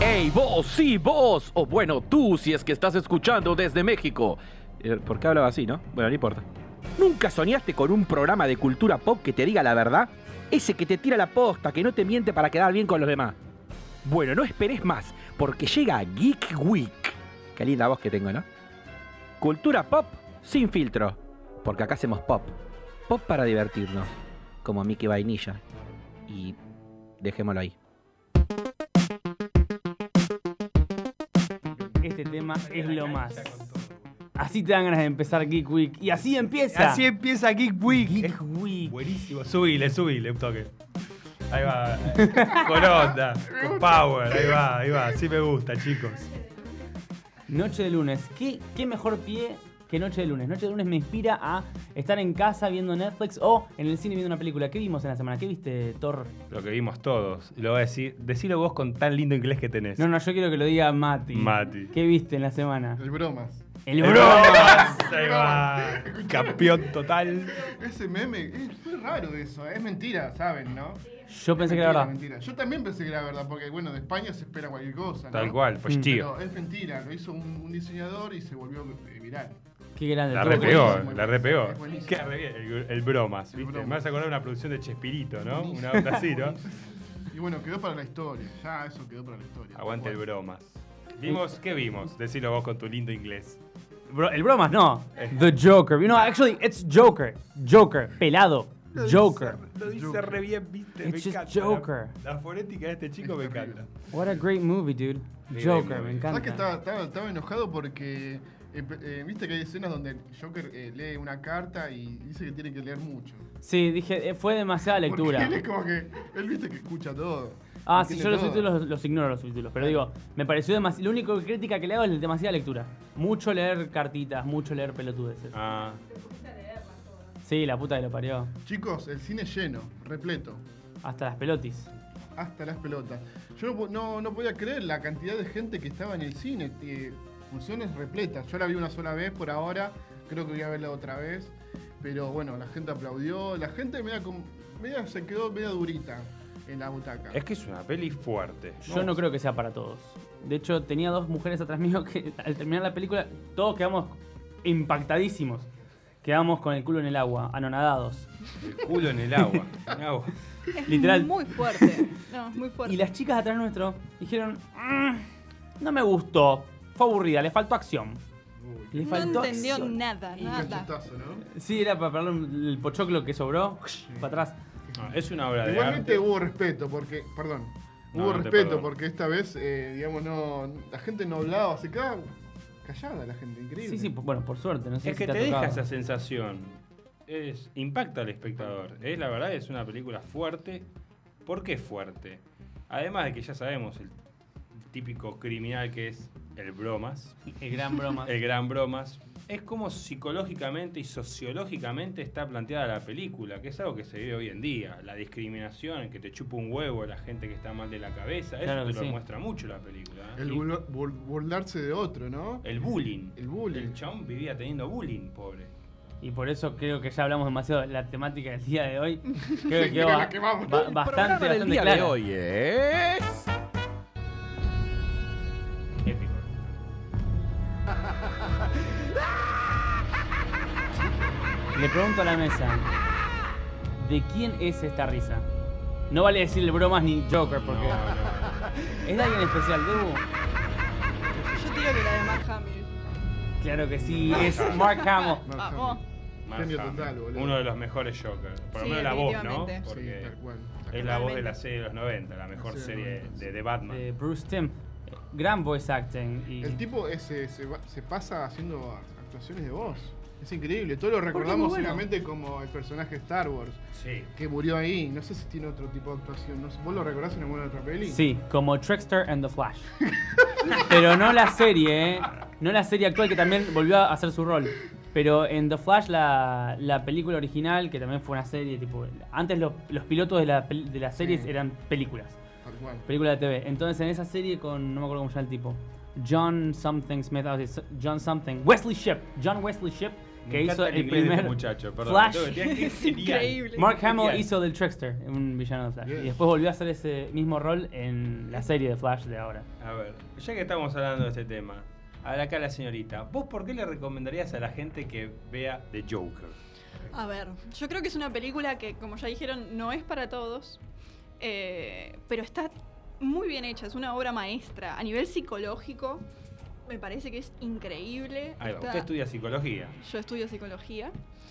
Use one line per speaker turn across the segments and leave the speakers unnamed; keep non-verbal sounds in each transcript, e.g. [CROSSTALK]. Hey vos, sí vos, o bueno tú si es que estás escuchando desde México. Eh, ¿Por qué hablaba así, no? Bueno, no importa. ¿Nunca soñaste con un programa de cultura pop que te diga la verdad? Ese que te tira la posta, que no te miente para quedar bien con los demás. Bueno, no esperes más, porque llega Geek Week. Qué linda voz que tengo, ¿no? Cultura pop sin filtro, porque acá hacemos pop. Pop para divertirnos, como Mickey Vainilla. Y dejémoslo ahí.
Este tema es lo más. Así te dan ganas de empezar Geek Week. Y así empieza.
Así empieza Geek Week.
Geek Week.
Es buenísimo. Subile, subile un toque. Ahí va. Con onda. Con power. Ahí va, ahí va. Sí me gusta, chicos.
Noche de lunes. ¿Qué, qué mejor pie que Noche de lunes? Noche de lunes me inspira a estar en casa viendo Netflix o en el cine viendo una película. ¿Qué vimos en la semana? ¿Qué viste, Thor?
Lo que vimos todos. Y Lo voy a decir. Decilo vos con tan lindo inglés que tenés.
No, no, yo quiero que lo diga Mati.
Mati.
¿Qué viste en la semana?
El bromas.
El
[LAUGHS]
¡Bromas! Ahí va. Campeón total.
Ese meme, eh, fue raro eso, eh, es mentira, ¿saben, no?
Yo pensé que era verdad.
Mentira. Yo también pensé que era verdad, porque bueno, de España se espera cualquier cosa. ¿no?
Tal cual, pues
Mm.
tío.
Pero es mentira, lo hizo un, un diseñador y se volvió eh, viral.
Qué grande.
La
Thor.
repeó,
buenísimo,
la
es
repeó.
buenísimo.
Qué re bien, El, el bromas,
El
¿viste?
bromas.
Me vas a acordar una producción de Chespirito, ¿no? Una onda así,
[LAUGHS]
¿no?
Y bueno, quedó para la historia, ya eso quedó para la historia.
Aguante el
Bueno.
bromas. ¿Vimos? ¿Qué vimos? Decilo vos con tu lindo inglés.
Bro- el bromas no. The Joker. You know, actually, it's Joker. Joker. Pelado. Joker.
Lo dice
Joker.
re bien, viste.
It's just
la-
Joker.
La, fonética de este chico me encanta.
What a great movie, dude.
Sí,
Joker,
great
me
movie.
encanta.
¿Sabes que estaba, estaba- estaba enojado porque eh, pe- eh, viste que hay escenas donde el Joker eh, lee una carta y dice que tiene que leer mucho?
Sí, dije, eh, fue demasiada
Porque [LAUGHS]
lectura.
Él es como que, él viste que escucha todo.
Ah, sí, yo
Entiende
los
todo.
subtítulos los ignoro, los subtítulos. Pero digo, me pareció demasiado. Lo único que crítica que le hago es demasiada lectura. Mucho leer cartitas, mucho leer pelotudeces.
Ah,
Sí, la puta que lo parió.
Chicos, el cine lleno, repleto,
Hasta las pelotis.
hasta las pelotas. Yo no, po- no, no podía creer la cantidad de gente que estaba en el cine. eh, funciones repletas. Yo la vi una sola vez por ahora, creo que voy a verla otra vez. Pero bueno, la gente aplaudió, la gente media, com- media se quedó media durita en la butaca.
es que es una peli fuerte.
Yo no creo que sea para todos. De hecho, tenía dos mujeres atrás mío que al terminar la película todos quedamos impactadísimos. Quedamos con el culo en el agua, anonadados.
El culo en el agua. En agua.
Es
Literal.
muy fuerte. No, es muy fuerte.
Y las chicas atrás nuestro dijeron, "Mm, no me gustó, fue aburrida, le faltó acción. Le
no
faltó
entendió
acción.
nada,
Un
nada.
cachetazo, ¿no?
Sí, era para pegarle un- el pochoclo que sobró para atrás.
No, es una obra de
Igualmente
arte.
hubo respeto, porque, perdón,
No,
hubo
no te
respeto,
perdono.
porque esta vez, eh, digamos, no, la gente no hablaba, se quedaba callada la gente, increíble.
Sí, sí, po- bueno, por suerte, no sé
Es
si
que
te, ha
te deja
tocado.
esa sensación. Es, impacta al espectador. Es, la verdad es una película fuerte. ¿Por qué fuerte? Además de que ya sabemos el típico criminal que es el bromas,
El gran broma.
el gran bromas, es como psicológicamente y sociológicamente está planteada la película, que es algo que se vive hoy en día. La discriminación, que te chupa un huevo la gente que está mal de la cabeza, eso
Claro
te
que
lo
sí.
muestra mucho la película.
El
Y Eh,
burla- bur- burlarse de otro, ¿no?
el bullying.
El bullying.
El chabón vivía teniendo bullying, pobre.
[LAUGHS] Y por eso creo que ya hablamos demasiado de la temática del día de hoy. Creo que
Sí,
quedó
creo
ba-
que vamos.
ba-
El
programa
bastante,
del
bastante
día de
clara.
hoy es...
Épico. Le pregunto a la mesa, ¿de quién es esta risa? No vale decirle bromas ni Joker
[LAUGHS]
porque
No, no.
es de alguien especial, Debu.
Yo tiro que la de Mark Hamill. Ah,
Claro que
[LAUGHS]
sí, es Mark Hamill.
Mark
Vamos.
Hamill.
Mark
Genio
Hamill,
total, boludo.
Uno de los mejores Joker. Por lo
Sí,
menos la voz, ¿no?
definitivamente.
Sí,
Porque
tal cual.
es la voz de la serie de los 90, la mejor
La serie de
serie
los 90,
de, de Batman.
De Eh, Bruce Tim, gran voice acting y
El tipo ese, se, va- se pasa haciendo a- actuaciones de voz. Es increíble, todos lo
es muy
recordamos
bueno.
solamente como el personaje de Star Wars,
Sí.
que murió ahí. No sé si tiene otro tipo de actuación. No sé, ¿Vos lo recordás en alguna otra peli?
Sí, como Trickster and the Flash. Pero no la serie, ¿eh? No la serie actual que también volvió a hacer su rol. Pero en The Flash, la, la película original, que también fue una serie, tipo. Antes los, los pilotos de, la pel- de las series
Sí.
eran películas,
Tal cual.
película de TV. Entonces en esa serie con. No me acuerdo cómo se llama el tipo. John Something Smith, ah, sí, John Something. Wesley Ship, John Wesley Ship
Me
que
encanta
hizo el
inglés de este
primer
muchacho, perdón.
Flash.
tengo que decir
[LAUGHS]
que es
[LAUGHS] Es
genial.
increíble.
Mark Hamill
Genial.
hizo del Trickster, un villano de Flash.
Bien.
Y después volvió a hacer ese mismo rol en la serie de Flash de ahora.
A ver, ya que estamos hablando de este tema, a la acá la señorita, ¿vos por qué le recomendarías a la gente que vea The Joker?
A ver, yo creo que es una película que, como ya dijeron, no es para todos, eh, pero está muy bien hecha, es una obra maestra. A nivel psicológico, me parece que es increíble.
Ahí va,
Está-
usted estudia psicología,
Yo estudio psicología.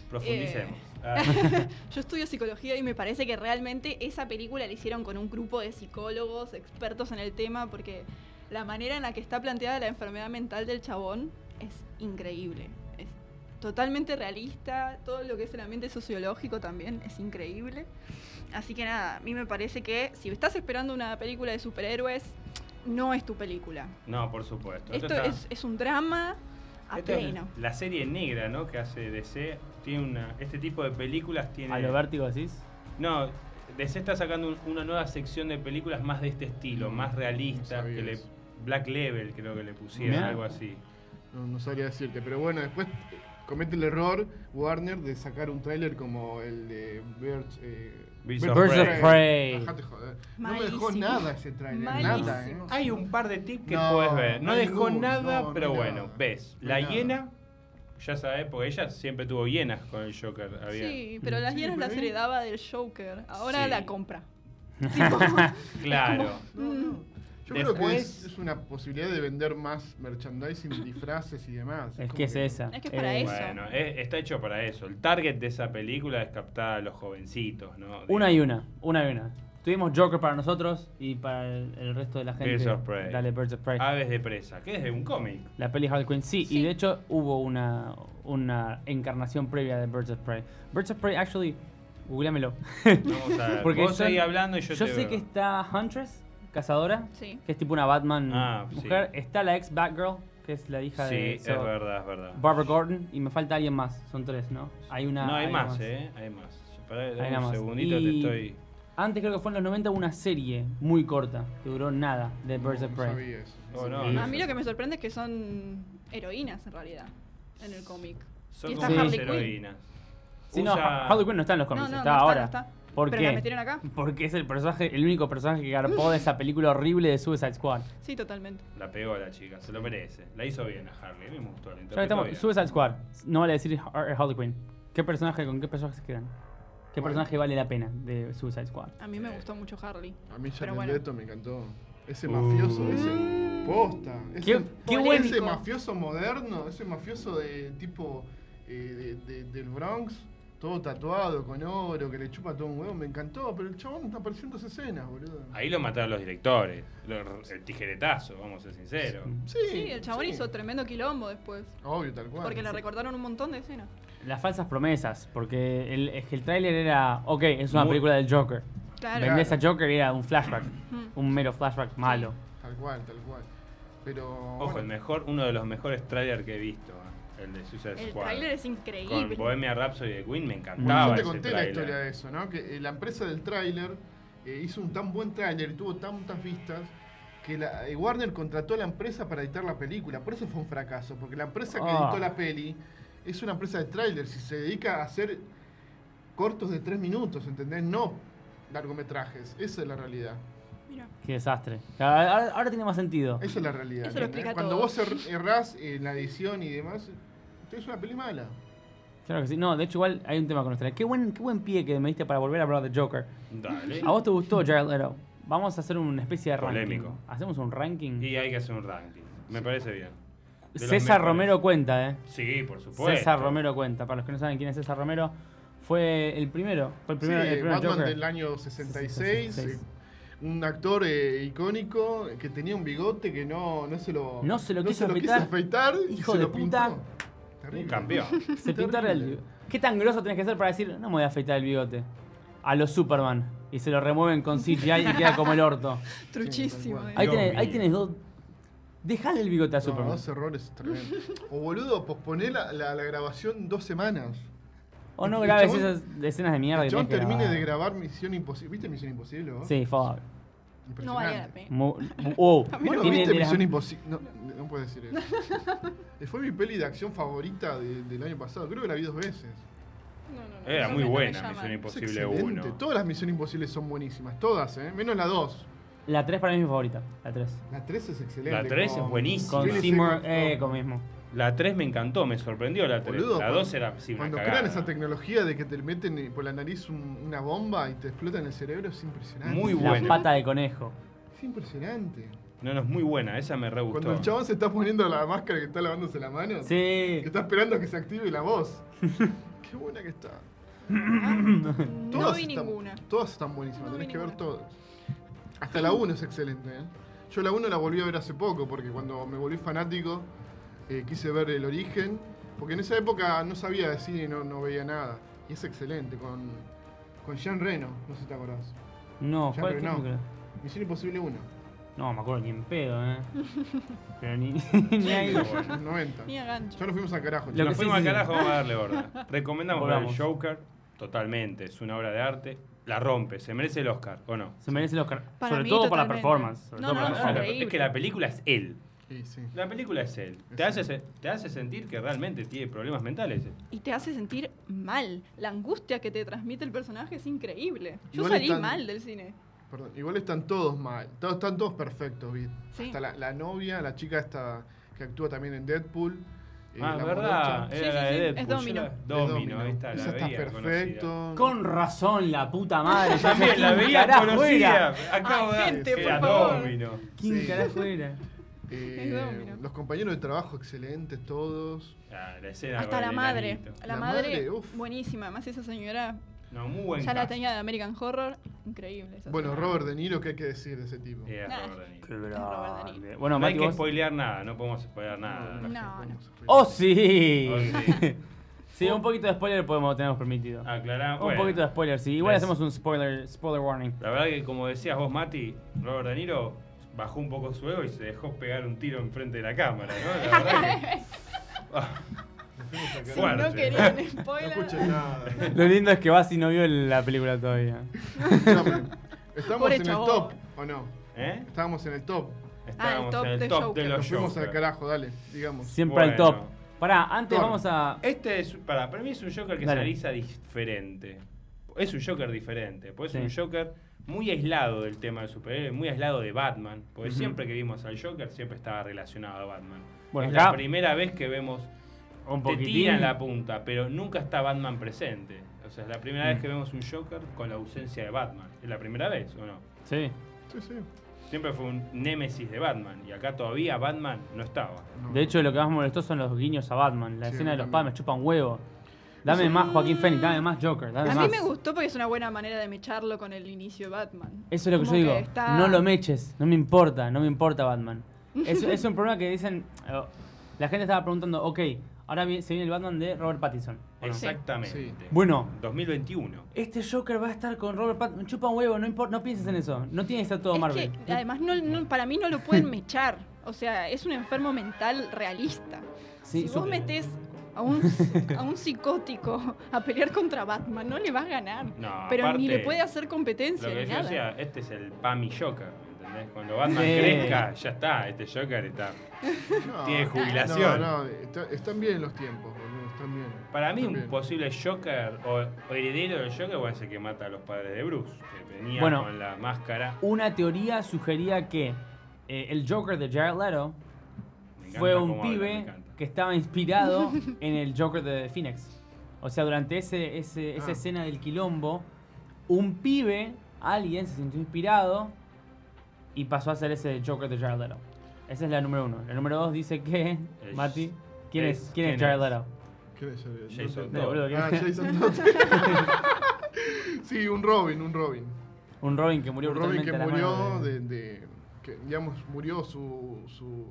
profundicemos.
Eh.
Ah,
[LAUGHS] Yo estudio psicología y me parece que realmente esa película la hicieron con un grupo de psicólogos, expertos en el tema, porque la manera en la que está planteada la enfermedad mental del chabón es increíble. Es totalmente realista, todo lo que es el ambiente sociológico también es increíble. Así que nada, a mí me parece que si estás esperando una película de superhéroes, no es tu película.
no, por supuesto.
Esto
está-
es, es un drama a
esto es
pleno.
la serie negra, ¿no? Que hace DC. Tiene una, este tipo de películas tiene.
A lo vértigo decís.
No, DC está sacando un- una nueva sección de películas más de este estilo,
Mm,
más realista.
no sabía
que le-
eso.
Black Level creo que le pusieron,
Mirá.
algo así.
No, no sabría decirte, pero bueno, después comete el error Warner de sacar un tráiler como el de Birds, eh,
Birds
Birds
of
of
Prey.
Prey.
Dejate joder. No me dejó
Malísimo.
nada ese tráiler,
Malísimo.
nada, ¿eh?
Hay un par de tips que
No,
puedes ver. No,
no hay
dejó
luz,
nada,
no, no
pero
hay
bueno,
nada.
ves.
No
la
hay nada.
hiena, ya sabes, porque ella siempre tuvo hienas con el Joker. Había.
Sí, pero las
Sí,
hienas
pero
las
ahí-
heredaba del Joker. Ahora
Sí.
la compra. [LAUGHS]
Claro.
No, no.
Mm.
Yo creo que
Después-
es, es una posibilidad de vender más
[COUGHS]
merchandising, disfraces y demás.
Es
como
que es esa. Eh,
Es que es para eso.
Bueno, es- está hecho para eso. El target de esa película es captar a los jovencitos, ¿no?
Una y una, una y una. Tuvimos Joker para nosotros y para el, el resto de la gente.
Birds of Prey. Ah,
Dale Birds of Prey.
Aves de presa, que es de un cómic.
La peli Harley Quinn. Sí, y
Sí.
de hecho hubo una, una encarnación previa de Birds of Prey. Birds of Prey, actually,
[LAUGHS]
googleamelo. [LAUGHS]
Vamos a ver.
Porque
Vos
son-
seguís hablando y yo,
Yo,
te
sé
veo.
que está Huntress, cazadora,
Sí.
que es tipo una Batman
Ah, sí.
mujer. Está la ex Batgirl, que es la hija
Sí,
de
es
so,
verdad, es verdad.
Barbara Gordon, y me falta alguien más. Son tres, ¿no? Hay una.
no, hay,
una
más, ¿eh? Hay más. Pará, dame
Hay una
un
más.
segundito,
Y-
te estoy.
Antes creo que fue en los 90 una serie muy corta, que duró nada, de
No,
Birds of
no
Prey.
sabía eso.
Oh, no,
sabía
A
no.
mí lo que me sorprende es que son heroínas en realidad en el cómic.
Son
Y
como
está
las
Harley
Quinn.
heroínas.
Sí, no,
Usa-
Ha- Harley Quinn no está en los cómics, está ahora.
no está.
¿Por
Pero
qué?
la metieron acá.
Porque es el personaje, el único personaje que garpó de esa película horrible de Suicide Squad.
Sí, totalmente.
La pegó a la chica, se lo merece. La hizo bien a Harley, a mí me gustó. La
Ya que
interpretó
estamos,
bien.
Suicide Squad, no vale decir Har- Harley Quinn. ¿Qué personaje, con qué personaje se quedan? ¿Qué
Bueno.
personaje vale la pena de Suicide Squad?
A mí me
Eh.
gustó mucho Harley.
Oh.
A mí
Pero
Jared
bueno.
Leto me encantó. Ese
Uh.
mafioso, ese posta. Ese,
Uh. Qué- qué buen-
ese mafioso moderno, ese mafioso de tipo eh, de- de- del Bronx, todo tatuado, con oro, que le chupa todo un huevo, me encantó, pero el chabón está apareciendo en escenas, boludo.
Ahí lo mataron los directores. Lo- el tijeretazo, vamos a ser sinceros.
Sí,
Sí, el chabón
sí.
hizo tremendo quilombo después.
Obvio, tal cual.
Porque le recordaron un montón de escenas.
Las falsas promesas, porque el, es que el tráiler era, ok, es una
Muy-
película del Joker.
Claro.
Vendés a Joker y era un flashback,
Mm.
un mero flashback malo.
Tal cual, tal cual. Pero.
Ojo,
bueno,
el mejor, uno de los mejores trailers que he visto, ¿eh? el de Suicide
El
Squad.
tráiler es
Con
increíble.
Bohemia Rhapsody de Queen me
Bueno,
encantaba
yo te
Ah, ese
conté la
tráiler.
historia de eso, ¿no? Que eh, la empresa del tráiler eh, hizo un tan buen tráiler y tuvo tantas vistas que la, eh, Warner contrató a la empresa para editar la película. Por eso fue un fracaso, porque la empresa que
Ah.
editó la peli es una empresa de trailers y se dedica a hacer cortos de tres minutos, ¿entendés? No largometrajes. Esa es la realidad.
Mira.
Qué desastre. Ahora, ahora- ahora tiene más sentido.
Esa es la realidad.
Eso lo
¿entendés?
explica
Cuando
todo.
vos er-
[LAUGHS]
errás en la edición y demás, es una peli mala.
Claro que sí. No, de hecho igual hay un tema con nuestra. Qué buen, qué buen pie que me diste para volver a hablar de Joker.
Dale.
¿A vos te gustó Jared Leto? Vamos a hacer una especie de ranking.
Polémico.
Hacemos un ranking.
Y hay que hacer un ranking. Me parece bien. De los
César
mejores.
Romero cuenta, ¿eh?
Sí, por supuesto.
César Romero cuenta. Para los que no saben quién es César Romero, fue el primero. Fue el
Sí,
primero, el primer
Batman
Joker.
del año 66.
66.
eh, Un actor eh, icónico que tenía un bigote que no, no se lo,
No se lo quiso afeitar.
afeitar y
Hijo
se
de
lo
puta.
pintó. Terrible.
[LAUGHS]
Un
[LAUGHS]
campeón.
Se pintó
Terrible.
el... ¿Qué tan groso tenés que ser para decir, no me voy a afeitar el bigote? A los Superman. Y se lo remueven con CGI y queda como el
[LAUGHS]
orto.
Truchísimo.
tal cual.
eh.
Ahí
Dios
tenés, ahí
mío.
tenés dos... Dejale el bigote a
No,
Superman.
dos errores tremendos. O boludo, posponé la, la- la grabación dos semanas.
O no
El
grabes
chabón-
esas escenas de mierda que
John
tenés que
termine de
grabar.
grabar Misión Imposible. ¿Viste Misión Imposible? vos?
Sí, por favor.
No valía la
Impresionante.
pena.
Mu- mu-
[LAUGHS]
oh,
¿Vos no
tiene
viste
de las-
Misión Imposible? No, no puedes decir eso.
[LAUGHS]
Eh, Fue mi peli de acción favorita de- del año pasado. Creo que la vi dos veces.
No, no, no,
Era
no
muy
me- no me
buena
llaman.
Misión
Es
Imposible
excelente.
1.
Todas las Misiones Imposibles son buenísimas. Todas, ¿eh? Menos la 2.
La 3 para mí es mi favorita. La 3.
La 3 es excelente.
La 3 es
con-
buenísima.
Con
Billy
Seymour
Seymour
eh,
Hoffman.
con mismo.
La 3 me encantó, me sorprendió la 3.
Boludo,
la
cuando-
2 era sí, una
Cuando
cagada.
crean esa tecnología de que te meten eh, por la nariz un- una bomba y te explota en el cerebro es impresionante.
Muy
La
buena.
pata de conejo.
Es impresionante.
No, no, es muy buena, esa me re gustó.
Cuando el chabón se está poniendo la máscara que está lavándose la mano,
Sí.
que está esperando que se active
[LAUGHS]
la voz. Qué buena que está.
Ah,
[LAUGHS]
No vi
están-
ninguna.
Todas están buenísimas,
No vi
tenés que ver
ninguna.
todas. Hasta la 1 es excelente, ¿eh? Yo la 1 la volví a ver hace poco, porque cuando me volví fanático, eh, quise ver el origen. Porque en esa época no sabía de cine, no, no veía nada. Y es excelente, con, con Jean Reno, no sé si te acordás.
No,
Ya
¿cuál es
arruinó.
película?
Misión Imposible 1.
No, me acuerdo ni en pedo,
[LAUGHS]
eh. Pero ni, [LAUGHS] ni ahí.
en los 90.
Ni a gancho.
Ya nos fuimos al carajo.
Lo
chicos.
que
Nos
sí,
fuimos
sí, sí.
al carajo, vamos a darle orden. Recomendamos ver el
Volvamos.
Joker, totalmente, es una obra de arte. La rompe, se merece el Oscar, ¿o no?
Se merece el Oscar.
Para
sobre
mí,
todo por la
totalmente.
performance. Sobre
No,
todo
no,
por la
no,
O sea,
performance.
increíble.
es que la película es él.
Sí, sí.
La película es él. Te hace, se- te hace sentir que realmente tiene problemas mentales.
Y te hace sentir mal. La angustia que te transmite el personaje es increíble. Yo
Igual
salí
están-
mal del cine.
Perdón, Igual están todos mal. Todos, están todos perfectos, vi.
Sí.
Hasta la, la novia, la chica esta que actúa también en Deadpool. eh,
Ah,
la
verdad.
morocha.
Sí,
Era
sí,
la de
sí, es
Deadpool. yo
Domino.
la-
Es
Domino,
Domino.
ahí está, la
Esa está
veía conocida.
perfecto.
Con razón, la puta
[LAUGHS]
madre.
Yo también la veía
carajo
conocida.
era?
Acabo
Ay,
de
gente,
Era
por favor.
Domino.
¿Quién
Sí.
carajo
[LAUGHS]
era?
Eh,
Es Domino.
los compañeros de trabajo excelentes todos.
Ah, la escena
Hasta
con
la
el
madre.
enanito.
La,
La
madre,
madre, uf.
buenísima. Además, esa señora
No, muy buen
ya la
cast.
tenía de American Horror. Increíble. esa
Bueno,
señora.
Robert De Niro, ¿qué hay que decir de ese tipo?
Era
Nah.
Robert De Niro.
Qué
Robert De Niro.
grande. Bueno,
No hay
Mati,
que
vos...
spoilear nada, no podemos spoilear nada.
No, no.
¡Oh, sí!
Oh, sí. Ah,
sí, un poquito de spoiler podemos, tenemos permitido.
Aclaramos.
un poquito de spoiler, sí. Igual
Les-
hacemos un spoiler, spoiler warning.
La verdad que como decías vos, Mati, Robert De Niro bajó un poco su ego y se dejó pegar un tiro enfrente de la cámara, ¿no? La verdad
[LAUGHS]
[LAUGHS] que...
Si
Fuerte.
no
[LAUGHS]
querían
No
spoiler.
escuché
[LAUGHS]
nada.
Lo lindo es que Basi no vio la película todavía.
Escúchame, Estamos
Pobre
en el
chabón.
top, ¿o no?
¿Eh?
Estábamos en el top.
Estábamos
Ah, top
en el
de
top
Joker.
de
Nos
los
fuimos al
Joker.
carajo, dale, digamos.
Siempre al top.
Bueno.
Pará, antes
Thor.
vamos a.
Este es, para, para mí es un Joker
Dale.
que se analiza diferente. Es un Joker diferente, pues es
Sí.
un Joker muy aislado del tema del superhéroe, muy aislado de Batman, porque
Ujú.
siempre que vimos al Joker siempre estaba relacionado a Batman.
Bueno,
es
acá-
la primera vez que vemos
Un
te
poquitín.
tiran la punta, pero nunca está Batman presente. O sea, es la primera
Mm.
vez que vemos un Joker con la ausencia de Batman. ¿Es la primera vez o no?
Sí.
Sí, sí.
Siempre fue un némesis de Batman y acá todavía Batman no estaba.
Eh,
No.
De hecho, lo que más me molestó son los guiños a Batman. La
Sí,
escena de los
también.
padres me chupan huevo. Dame más Joaquín Phoenix, dame más Joker, dame
A
más.
mí me gustó porque es una buena manera de mecharlo con el inicio de Batman.
Eso es lo que
Como
yo digo.
está-
No lo meches, no me importa, no me importa Batman.
[LAUGHS]
Es, es un problema que dicen. oh, la gente estaba preguntando, ok, ahora vi- se viene el Batman de Robert Pattinson. ¿o no?
Exactamente.
Sí.
Bueno,
2021.
este Joker va a estar con Robert Pattinson. Chupa un huevo, no, importa, no pienses en eso. No tiene que estar todo
Es
Marvel. Eh.
que, además, no, no- para mí no lo pueden mechar. O sea, es un enfermo mental realista.
Sí,
si
su-
vos metés
[LAUGHS]
a un, a un psicótico a pelear contra Batman, no le vas a ganar.
No,
Pero ni le
aparte,
puede hacer competencia
Lo que
ni
yo
nada.
decía, este es el Pami Joker. ¿entendés? Cuando Batman
Sí.
crezca, ya está. Este Joker está.
No,
[LAUGHS] tiene jubilación.
No, no, está- están bien los tiempos, boludo, están bien.
Para mí,
Están
un
bien.
posible Joker o, o heredero del Joker, bueno, es el que mata a los padres de Bruce. Que venía
Bueno.
con la máscara.
Una teoría sugería que eh, el Joker de Jared Leto
Me encanta
fue
cómo
un
habla, me
pibe
encanta.
que estaba inspirado en el Joker de Phoenix. O sea, durante ese, ese- esa
Ah.
escena del quilombo, un pibe, alguien, se sintió inspirado y pasó a ser ese Joker de Jared Leto. Esa es la número uno. La número dos dice que...
Es-
Mati, ¿quién es,
es-
quién es
¿quién
Jared
es?
Leto?
¿Qué es eso?
Jason
No
No, boludo,
te- Ah,
¿quién-
[LAUGHS]
Jason Todd. [LAUGHS] sí, un Robin, un Robin.
Un Robin que murió
un Robin que
brutalmente a las
murió
manos
de, de- que, digamos, murió su... su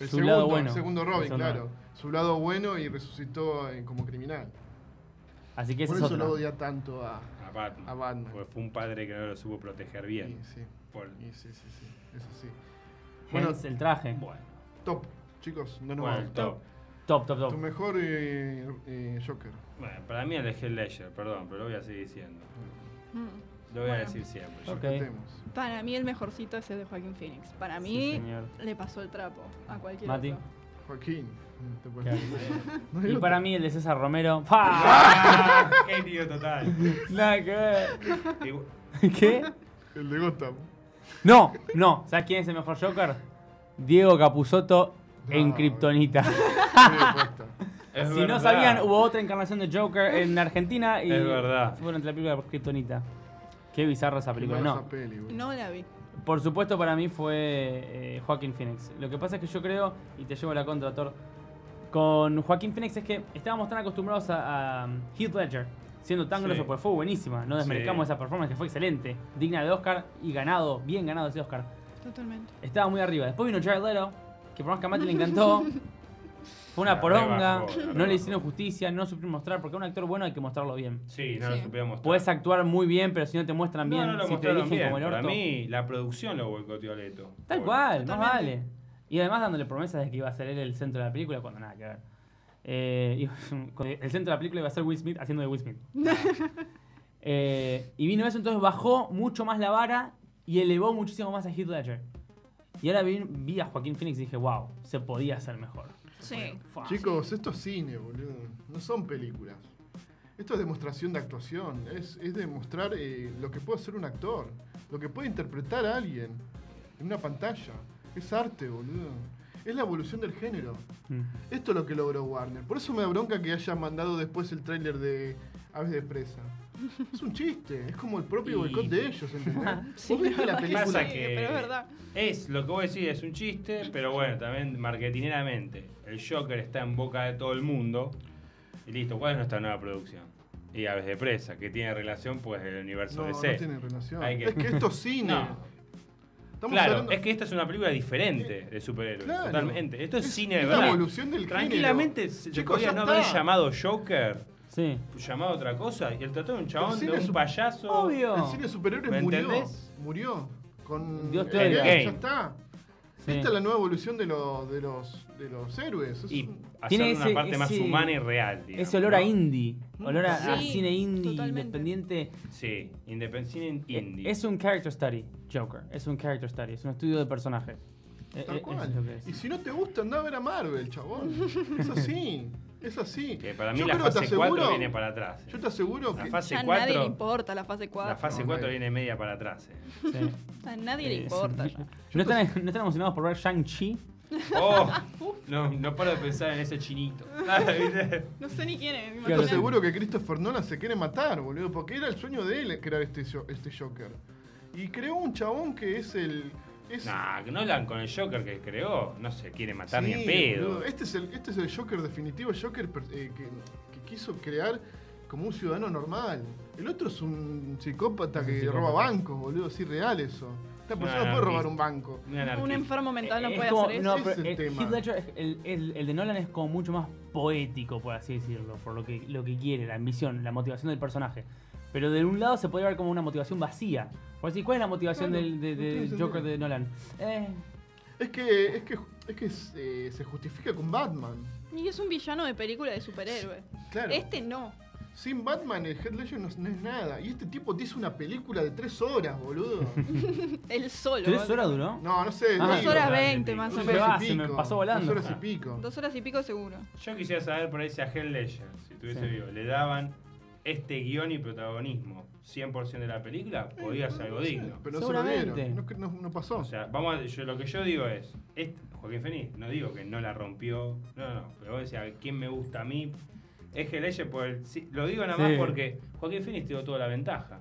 el
Su
segundo,
lado bueno.
el segundo
El
Robin,
segundo
claro. Su lado bueno y resucitó eh, como criminal.
Así que ese
Por
es
eso
otro.
lo odia tanto a...
A Batman.
A Batman.
Porque fue un padre que no lo supo proteger bien.
Sí, sí,
Por-
y sí, sí, sí, eso sí.
Hence,
Bueno,
el traje.
Bueno,
top, chicos, no nos
bueno,
vamos.
top.
Top, top, top.
Tu mejor eh, eh, Joker.
Bueno, para mí elegí el Ledger, perdón, pero lo voy a seguir diciendo.
Mm.
Lo voy a
Bueno.
decir siempre.
[LAUGHS]
Ok.
Respetemos.
Para mí el mejorcito es el de Joaquín Phoenix. Para
Sí,
mí
señor.
le pasó el trapo a cualquier
Mati.
otro.
Joaquín. no te puedes
Claro. [LAUGHS]
olvidar. No hay
Y
otro.
para mí el de César Romero.
[LAUGHS]
¡Fa!
¡Ah! Genio
[LAUGHS]
total.
Nada que ver.
Igu-
[LAUGHS] ¿Qué?
El
[LAUGHS]
de Gotham.
No, no. ¿Sabes quién es el mejor Joker? Diego Capuzotto en
No.
Kryptonita.
Muy bien puesta.
[LAUGHS]
Es
Si no
verdad.
sabían, hubo otra encarnación de Joker en Argentina y
Es verdad.
fueron entre la película por Kryptonita. Qué bizarra esa película.
Mala
No.
esa peli, güey.
No la vi.
Por supuesto, para mí fue eh, Joaquín Phoenix. Lo que pasa es que yo creo, y te llevo la contra, Thor, con Joaquín Phoenix es que estábamos tan acostumbrados a, a Heath Ledger siendo tan
Sí.
groso, porque fue buenísima. No desmerezcamos
Sí.
esa performance que fue excelente, digna de Oscar y ganado, bien ganado ese Oscar.
Totalmente.
Estaba muy arriba. Después vino Jared Leto, que por más que a Mati le
[LAUGHS]
encantó. Fue una
La
poronga,
rebajó, la
no le
rebajó.
hicieron justicia, no supieron mostrar, porque a un actor bueno hay que mostrarlo bien.
Sí, no lo
Sí.
supimos.
Puedes actuar muy bien, pero si no te muestran bien,
no, no lo
si te
mostraron
dirigen
bien.
como el orto.
Para mí, la producción lo boicoteó a Leto.
Tal
Pobre.
cual, más
Totalmente.
vale. Y además dándole promesas de que iba a ser él el centro de la película cuando nada que ver. Eh, y- [LAUGHS] con- el centro de la película iba a ser Will Smith haciendo de Will
[LAUGHS]
Smith. Eh, y vino eso, entonces bajó mucho más la vara y elevó muchísimo más a Heath Ledger. Y ahora vi, vi a Joaquín Phoenix y dije, wow, se podía hacer mejor.
Sí.
Fua.
Chicos, esto es cine, boludo. No son películas. Esto es demostración de actuación. Es, es demostrar eh, lo que puede hacer un actor. Lo que puede interpretar a alguien en una pantalla. Es arte, boludo. Es la evolución del género.
Mm.
Esto es lo que logró Warner. Por eso me da bronca que hayan mandado después el tráiler de Aves de Presa. Es un chiste. Es como el propio
Y- Ah,
boicot de ellos,
[LAUGHS]
¿entendés?
Sí,
Vos
[LAUGHS]
viste la
verdad que
película.
Pasa
sí,
que-
pero es verdad.
Es lo que vos decís, es un chiste, pero bueno, también marketineramente. El Joker está en boca de todo el mundo. Y listo, ¿cuál es nuestra nueva producción? Y Aves de Presa, que tiene relación pues del universo
No, no
DC.
tiene relación.
Hay que-
Es que esto es cine.
No.
Estamos
Claro,
hablando-
es que esta es una película diferente de superhéroes.
Claro.
Totalmente. Esto es, cine de
la
verdad.
evolución del
Tranquilamente
género.
se se
Chicos,
podía
ya
no
está.
haber llamado Joker,
Sí.
llamado otra cosa, y el trató de un
El
chabón, de
cine es
un
un-
payaso.
Obvio.
El cine de superhéroes
¿Me
murió.
entendés?
Murió. Con
Dios te
Endgame,
oiga.
Ya está.
Sí.
Esta es la nueva evolución de los, de los, de los héroes. Es
Y
un-
hacer
Tiene
una
ese-
parte más
ese-
humana y real. digamos,
Ese olor a
¿no?
indie, olor a, a
Sí,
cine indie
totalmente.
independiente.
Sí, independiente
Eh,
indie.
Es un character study, Joker. Es un character study, es un estudio de personajes. Eh, eh,
Tal
eso es lo que
cual.
es.
[LAUGHS] Y si no te gusta, anda a ver a Marvel, chabón. Es así. Es así.
[LAUGHS] Que para mí
Yo
la
creo, te
fase 4
aseguro-
viene para atrás. eh.
Yo te aseguro
La
que.
fase
Ya a
4,
nadie le importa la fase 4.
la fase
Ok.
4 viene media para atrás.
[LAUGHS]
eh.
Sí.
A nadie
Eh,
le importa
sí. [LAUGHS]
ya.
¿No están, ¿No están emocionados por ver Shang-Chi?
Oh, no, no paro de pensar en ese [LAUGHS] chinito. ¿Viste?
No sé ni quién es.
Yo
Claro.
te
imagínate.
aseguro que Christopher Nolan se quiere matar, boludo, porque era el sueño de él crear este, jo- este Joker. Y creó un chabón que es el. Es,
nah, Nolan con el Joker que creó, no se quiere matar ni en
Sí,
pedo.
boludo. Este es, el, este es el Joker definitivo, el Joker per- eh, que, que quiso crear como un ciudadano normal. El otro es un psicópata
Es un
que
psicópata. Ah,
roba bancos, boludo, es irreal eso. Esta
No,
persona no,
no,
puede
no,
robar
no.
un banco.
Un anarquista.
Un enfermo mental no
Eh,
puede
es como-
hacer
no,
eso.
Ese
pero,
es el
eh,
tema.
Heath Ledger es- el, el- el de Nolan es como mucho más poético, por así decirlo, por lo que, lo que quiere, la ambición, la motivación del personaje. Pero de un lado se puede ver como una motivación vacía. Por decir, ¿cuál es la motivación
Claro,
del, de-
no tiene
del
sentido.
Joker de Nolan? Eh,
Es que, es que, es que eh, se, se justifica con Batman.
Y es un villano de película de superhéroe.
Claro.
Este no.
Sin Batman el Head Ledger no, es- no es nada. Y este tipo te hizo una película de tres horas, boludo.
[LAUGHS] Él solo.
¿Tres horas duró?
No, no sé.
Ah.
digo,
Dos horas
Dale,
veinte
pico.
más o
dos
Se
menos.
va,
horas y
se me
pico,
pasó volando.
Dos horas y pico.
Dos horas y pico seguro.
Yo quisiera saber por ese a Hell Ledger, si tuviese
Sí.
vivo, le daban este guión y protagonismo 100% de la película, podía ser algo
Eh, No sé,
digno.
Pero no se lo
Seguramente.
dieron. No, no- no pasó.
O sea, vamos a- yo, lo que yo digo es, este- Joaquín Fénix, no digo que no la rompió, no, no, no, pero vos decías, ¿quién me gusta a mí? Es que Leyes por el- sí, lo digo nada más
Sí.
porque Joaquín Fénix dio toda la ventaja,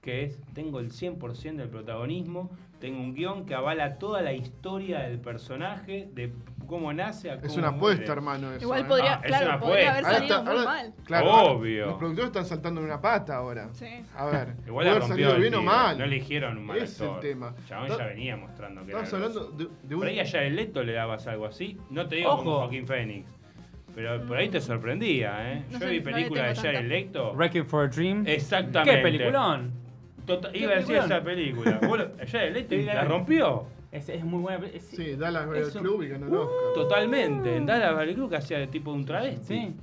que es, tengo el 100% del protagonismo, tengo un guión que avala toda la historia del personaje, de cómo nace a cómo
es una
muere.
apuesta, hermano. eso,
Igual
¿eh?
podría,
Ah, es una
claro, podría haber
apuesta.
Ahora
salido
está-
muy
ahora-
mal.
Claro, ahora
Obvio.
Los productores están saltando en una pata ahora.
Sí.
A ver.
[LAUGHS] Igual
puede
la
haber
rompió
salido
el
bien o
pibe,
mal.
no eligieron un mal
Ese es el
actor.
tema.
Chabón
Ta-
ya venía mostrando que era
Estamos
grosso.
hablando de, de un.
Por ahí allá el Leto le dabas algo así. No te digo como
Ojo.
Joaquín Phoenix. Pero por ahí te sorprendía, ¿eh?
Mm.
Yo
No sé,
vi
no le
películas de
tengo
Jared
tanta.
Leto.
Wreck-It for a Dream.
Exactamente.
¡Qué peliculón!
Tota-
¿Qué
iba a decir
peliculón? [LAUGHS]
esa película. Vos lo- Jared Leto
Sí,
la
claro.
rompió.
Es, es muy buena. pe- es-
Sí, Dallas Buyers
Eso.
Club y ganó el Oscar.
Totalmente. En Dallas Valley Club que hacía de tipo de un travesti.
Sí.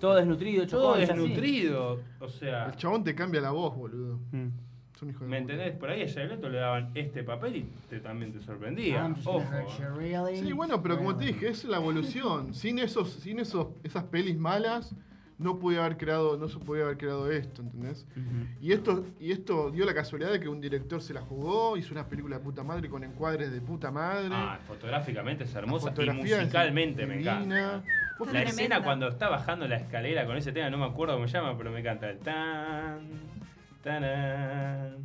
Todo desnutrido, chocó.
Todo
es así.
desnutrido. O sea.
El chabón te cambia la voz, boludo.
Mm.
Es un hijo de
¿Me
puta.
entendés? Por ahí a Jared le daban este papel y te, también te sorprendía.
Ah,
I'm just
Ojo.
gonna hurt you really,
Sí, bueno, pero como te
really.
dije, es la evolución. Sin esos, sin esos, esas pelis malas, no pude haber creado, no se podía haber creado esto, ¿entendés? Y esto, y esto dio la casualidad de que un director se la jugó, hizo una película de puta madre con encuadres de puta madre.
Ah, fotográficamente es
la
hermosa y
fotografía es
musicalmente me
divina.
encanta.
Vos
Está
La
fijate-
tremenda.
escena cuando está bajando la escalera con ese tema, no me acuerdo cómo se llama, pero me encanta. El tan, tarán,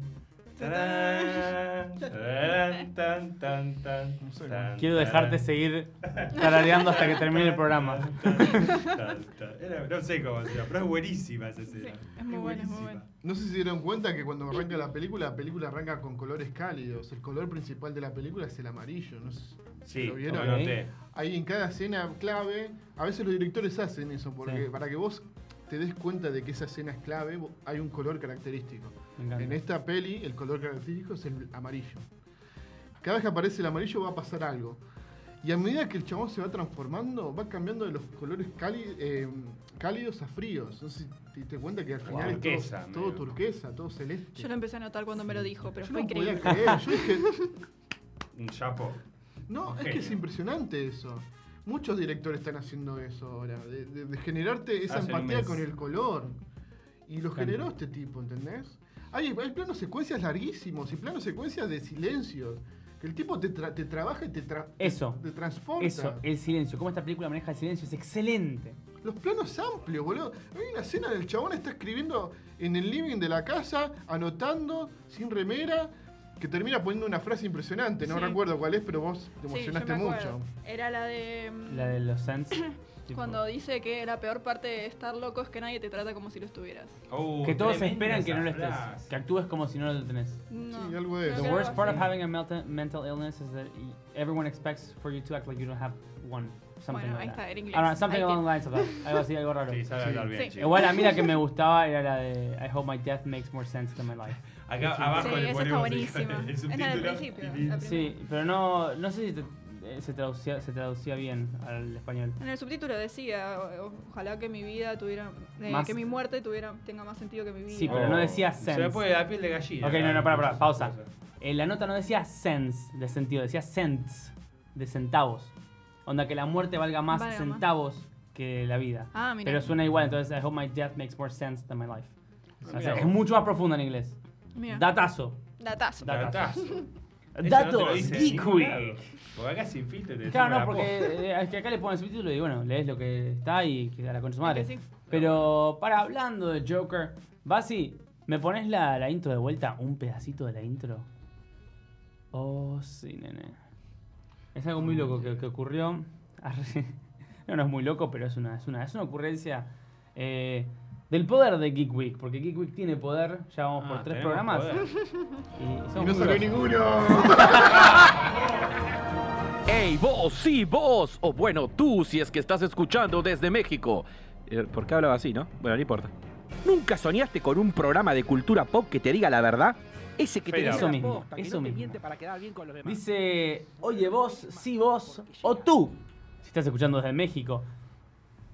tarán, tarán, tan, tan, tan,
No sé,
tan,
Quiero dejarte
tarán,
seguir tarareando hasta que termine el
[LAUGHS]
programa.
tan, tan, tan.
[LAUGHS]
Era- no sé cómo se llama, pero es buenísima esa
Sí,
escena.
es muy buena, es muy buena.
No sé si dieron cuenta que cuando arranca la película, la película arranca con colores cálidos. El color principal de la película es el amarillo. No sé si
Sí,
lo
lo
vieron.
noté.
Ahí en cada escena clave, a veces los directores hacen eso, porque
Sí.
para que vos te des cuenta de que esa escena es clave, vo- hay un color característico.
Me encanta.
En este esta peli, el color característico es el amarillo. Cada vez que aparece el amarillo va a pasar algo. Y a medida que el chabón se va transformando, va cambiando de los colores cáli- eh, cálidos a fríos. No sé si te, te cuenta que al
Wow,
final es todo-
turquesa,
todo,
medio.
turquesa, todo celeste.
Yo lo empecé a notar cuando me lo dijo, pero
Yo
fue
no podía
increíble.
creer. Yo dije,
[LAUGHS]
Un chapo.
no, es que es
Genio.
impresionante eso. Muchos directores están haciendo eso ahora, de, de- de generarte esa
Hacen un
empatía
mes.
con el color. Y lo
Cambio.
generó este tipo, ¿entendés? Hay, hay planos secuencias larguísimos y planos secuencias de silencios. Que el tipo te, tra- te trabaja y te, tra-
Eso,
te transporta.
eso, el silencio. Cómo esta película maneja el silencio es excelente.
Los planos amplios, boludo. Hay una escena del chabón está escribiendo en el living de la casa, anotando, sin remera, que termina poniendo una frase impresionante. No
Sí.
recuerdo cuál es, pero vos te
Sí, yo
emocionaste
me acuerdo.
mucho.
Era la de. mm,
La de los Sens.
Cuando dice que la peor parte de estar loco es que nadie te trata como si lo estuvieras.
Oh,
Uh,
Que todos
tremenda
esperan que
esa
no lo estés.
frase.
Que actúes como si no lo tenés.
No.
Sí, algo de eso.
creo
The
que era
worst
algo
part
así.
of having a mental, mental illness is that y- everyone expects for you to act like you don't have one. Something
Bueno,
like
ahí
that.
está, era
I
inglés.
don't know, something
Ahí
along the
tiene.
lines of that. Algo así, algo raro.
Sí, sabe hablar bien,
Sí.
chicos.
Igual a mí la que me gustaba era la de I hope my death makes more sense than my life.
Acá abajo
Sí,
le
esa
ponemos [LAUGHS] el-
está buenísima.
el
Esa era del
subtítulo y
principio, la
listo.
Sí,
primera.
pero no, no sé si te- eh, se, traducía, se traducía bien al español.
En el subtítulo decía, o- ojalá que mi vida tuviera, eh,
Más-
que mi muerte tuviera, tenga más sentido que mi vida.
Sí, pero no decía
Se
sense.
me pone la piel de gallina.
Ok, no, no, para, para, pausa.
Cosa.
Eh, la nota no decía sense de sentido, decía cents de centavos. Onda que la muerte valga más
Valga más.
centavos que la vida.
Ah, mira.
Pero suena igual, entonces I hope my death makes more sense than my life. O sea,
mira
es
vos.
mucho más profundo en inglés.
Mira.
Datazo.
Datazo.
Da- [LAUGHS]
Datazo.
Datos, geekui.
geekweek. Porque acá sin filtro te
Claro,
decimos
no,
la
porque
posta.
eh, es que acá le ponen subtítulo y bueno, lees lo que está y que a la con su
Es
madre.
que sí.
Pero para hablando de Joker, Basi, ¿me pones la, la intro de vuelta? ¿Un pedacito de la intro? Oh, sí, nene. Es algo muy loco que, que ocurrió. [LAUGHS] Arre. No, no es muy loco, pero es una, es una, es una ocurrencia eh, del poder de Geek Week. Porque Geek Week tiene poder, ya vamos
Ah,
por tres
tenemos
programas.
poder.
Y, somos
Y
muy
no salió
grosos.
ninguno. [LAUGHS]
¡Ey, vos! ¡Sí, vos! O bueno, tú, si es que estás escuchando desde México. Eh, ¿Por qué hablaba así, no? Bueno, no importa. ¿Nunca soñaste con un programa de cultura pop que te diga la verdad? Ese que te
Pero-
dice
Eso
la
mismo,
posta, que no
eso
te
mismo.
miente para quedar bien con los demás.
Dice, oye vos, sí vos, o tú, si estás escuchando desde México.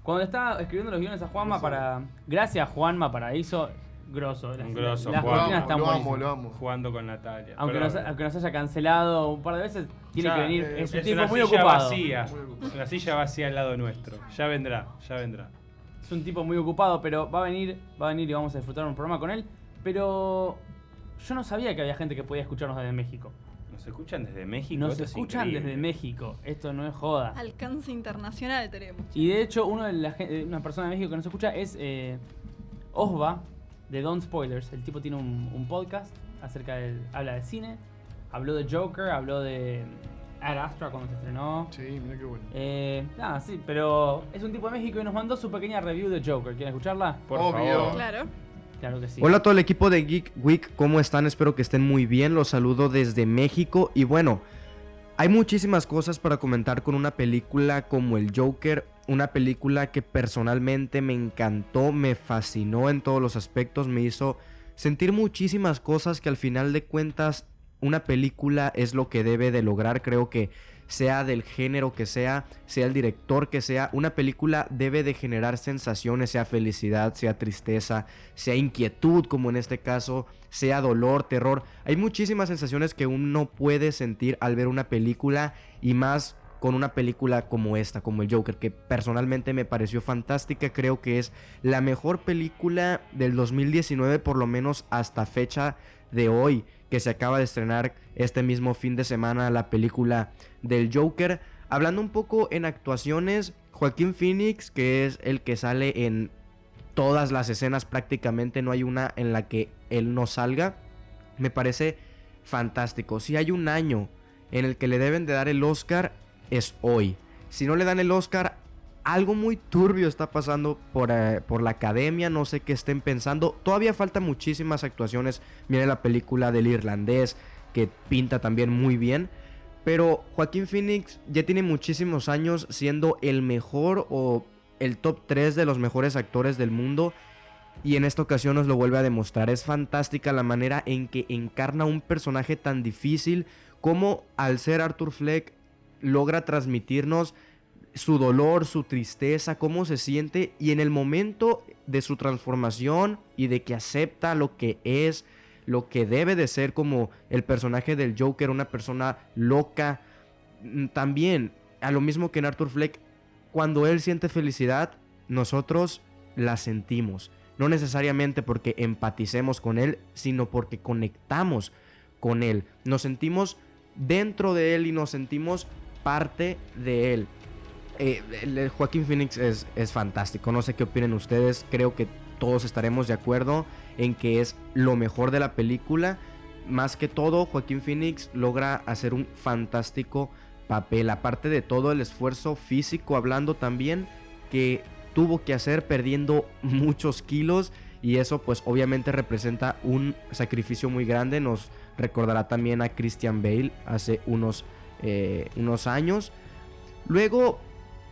Cuando le estaba escribiendo los guiones a Juanma para... Gracias Juanma para eso, grosso. Las,
Un grosso,
las
Lo
Juanma.
cortinas
Cortina
amo,
están
lo
buenísimas.
amo, lo amo.
Jugando con Natalia.
Aunque nos,
Perdón.
aunque nos haya cancelado un par de veces, tiene
Ya,
que venir.
eh,
es un
Es
tipo
una
muy
silla
ocupado.
vacía.
Muy ocupado.
Una silla vacía al lado nuestro. Ya vendrá, ya vendrá.
Es un tipo muy ocupado, pero va a venir, va a venir y vamos a disfrutar un programa con él. Pero yo no sabía que había gente que podía escucharnos desde México.
Nos escuchan desde México.
Nos
esto es
escuchan
increíble.
desde México. Esto no es joda.
Alcance internacional tenemos.
Y de hecho, uno de la gen- eh, una persona de México que nos escucha es eh, Osva de Don Spoilers. El tipo tiene un, un podcast acerca de. habla de cine, habló de Joker, habló de mm, Ad Astra cuando se estrenó.
Sí, mirá qué bueno.
Eh, nada, sí, pero es un tipo de México y nos mandó su pequeña review de Joker. ¿Quieren escucharla?
Por
Obvio.
favor.
Claro.
Claro que sí.
Hola a todo el equipo de Geek Week, ¿cómo están? Espero que estén muy bien, los saludo desde México y bueno, hay muchísimas cosas para comentar con una película como El Joker, una película que personalmente me encantó, me fascinó en todos los aspectos, me hizo sentir muchísimas cosas que al final de cuentas una película es lo que debe de lograr, creo que sea del género que sea, sea el director que sea, una película debe de generar sensaciones, sea felicidad, sea tristeza, sea inquietud, como en este caso, sea dolor, terror. Hay muchísimas sensaciones que uno puede sentir al ver una película y más con una película como esta, como el Joker, que personalmente me pareció fantástica, creo que es la mejor película del 2019, por lo menos hasta fecha de hoy, que se acaba de estrenar este mismo fin de semana la película del Joker. Hablando un poco en actuaciones, Joaquín Phoenix, que es el que sale en todas las escenas prácticamente, no hay una en la que él no salga, me parece fantástico. Si hay un año en el que le deben de dar el Oscar, es hoy. Si no le dan el Oscar, algo muy turbio está pasando por, eh, por la academia, no sé qué estén pensando. Todavía falta muchísimas actuaciones. Viene la película del irlandés, que pinta también muy bien. Pero Joaquín Phoenix ya tiene muchísimos años siendo el mejor o el top 3 de los mejores actores del mundo. Y en esta ocasión nos lo vuelve a demostrar. Es fantástica la manera en que encarna un personaje tan difícil como al ser Arthur Fleck logra transmitirnos su dolor, su tristeza, cómo se siente y en el momento de su transformación y de que acepta lo que es, lo que debe de ser como el personaje del Joker, una persona loca, mm, también a lo mismo que en Arthur Fleck, cuando él siente felicidad, nosotros la sentimos. No necesariamente porque empaticemos con él, sino porque conectamos con él. Nos sentimos dentro de él y nos sentimos parte de él. Eh, el- el Joaquín Phoenix es, es fantástico. No sé qué opinen ustedes. Creo que todos estaremos de acuerdo en que es lo mejor de la película. Más que todo, Joaquín Phoenix logra hacer un fantástico papel. Aparte de todo el esfuerzo físico, hablando también que tuvo que hacer perdiendo [LAUGHS] muchos kilos. Y eso pues obviamente representa un sacrificio muy grande. Nos recordará también a Christian Bale hace unos, eh, unos años. Luego,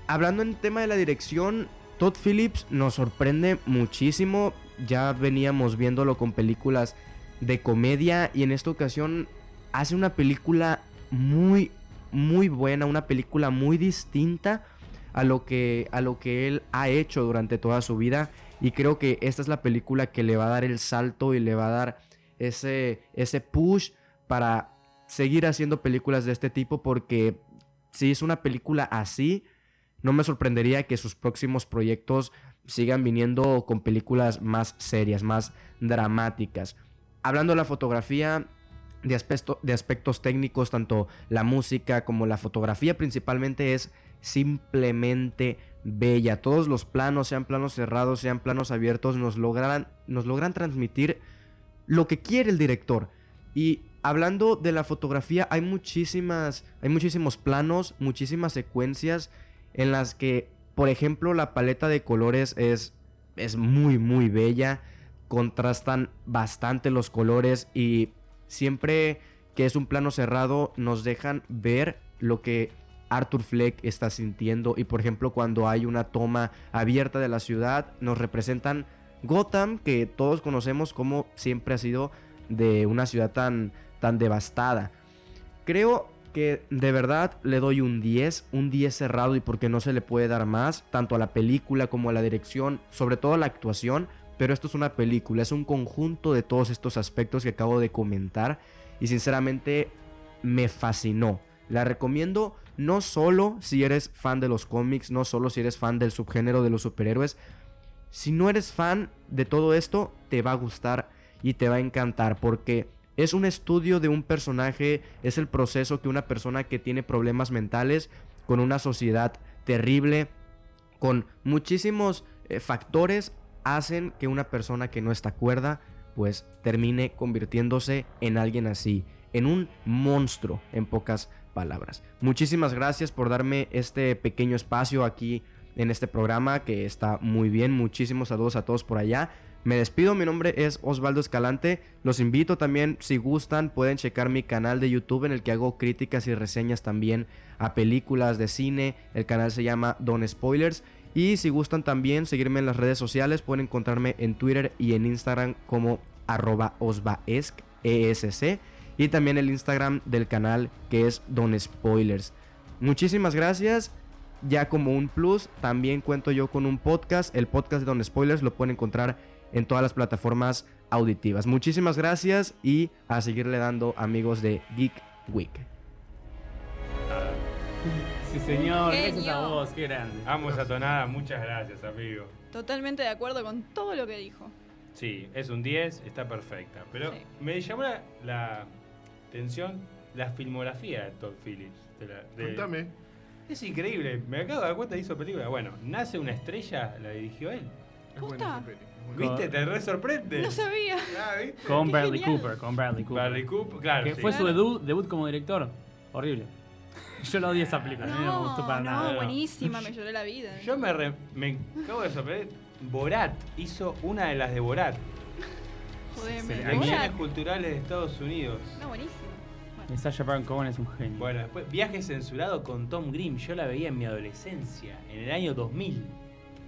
hablando en tema de la dirección, Todd Phillips nos sorprende muchísimo. Ya veníamos viéndolo con películas de comedia y en esta ocasión hace una película muy, muy buena, una película muy distinta a lo que, a lo que él ha hecho durante toda su vida. Y creo que esta es la película que le va a dar el salto y le va a dar ese, ese push para seguir haciendo películas de este tipo porque si es una película así, no me sorprendería que sus próximos proyectos sigan viniendo con películas más serias, más dramáticas. Hablando de la fotografía, de, aspecto- de aspectos técnicos, tanto la música como la fotografía principalmente es simplemente bella. Todos los planos, sean planos cerrados, sean planos abiertos, nos logran, nos logran transmitir lo que quiere el director. Y hablando de la fotografía, hay muchísimas, hay muchísimos planos, muchísimas secuencias en las que, por ejemplo, la paleta de colores es, es muy, muy bella. Contrastan bastante los colores y siempre que es un plano cerrado nos dejan ver lo que Arthur Fleck está sintiendo. Y por ejemplo, cuando hay una toma abierta de la ciudad, nos representan Gotham, que todos conocemos como siempre ha sido de una ciudad tan, tan devastada. Creo que de verdad le doy un 10, un 10 cerrado y porque no se le puede dar más, tanto a la película como a la dirección, sobre todo a la actuación, pero esto es una película, es un conjunto de todos estos aspectos que acabo de comentar y sinceramente me fascinó. La recomiendo no solo si eres fan de los cómics, no solo si eres fan del subgénero de los superhéroes, si no eres fan de todo esto, te va a gustar y te va a encantar porque es un estudio de un personaje, es el proceso que una persona que tiene problemas mentales con una sociedad terrible, con muchísimos eh, factores, hacen que una persona que no está cuerda, pues termine convirtiéndose en alguien así, en un monstruo, en pocas palabras. Muchísimas gracias por darme este pequeño espacio aquí en este programa que está muy bien. Muchísimos saludos a todos por allá. Me despido, mi nombre es Osvaldo Escalante. Los invito también, si gustan, pueden checar mi canal de YouTube en el que hago críticas y reseñas también a películas de cine. El canal se llama Don Spoilers. Y si gustan también seguirme en las redes sociales, pueden encontrarme en Twitter y en Instagram como arroba osvaesc, E ESC, y también el Instagram del canal que es Don Spoilers. Muchísimas gracias. Ya como un plus, también cuento yo con un podcast. El podcast de Don Spoilers lo pueden encontrar en todas las plataformas auditivas. Muchísimas gracias y a seguirle dando amigos de Geek Week.
Sí, señor, gracias a
Genio.
vos, qué grande.
Amo esa tonada, muchas gracias, amigo.
Totalmente de acuerdo con todo lo que dijo.
Sí, es un 10, está perfecta. Pero
Sí.
me llamó la, la atención la filmografía de Todd Phillips. de la- de-
Contame.
Es increíble, me acabo de dar cuenta que hizo película. Bueno, Nace una estrella, la dirigió él.
Es buena
Posta.
esa peli, es buena.
¿Viste? Te re sorprende.
No sabía.
Ah, ¿viste?
Con
Qué
Bradley
genial.
Cooper, con Bradley Cooper.
Bradley Cooper, claro.
que
sí.
fue su
Claro.
debut, debut como director. Horrible. [LAUGHS] Yo lo odié esa película, a mí no, me gustó para
No,
nada.
no, buenísima, me lloré la vida.
Yo me, re- me acabo de sorprender. Borat hizo una de las de Borat.
Jodeme.
Excelente.
Ahora-
Acciones culturales de Estados Unidos.
No, buenísimo.
Y Sacha Baron Cohen es un genio.
Bueno, después Viaje censurado con Tom Grimm. Yo la veía en mi adolescencia, en el año 2000.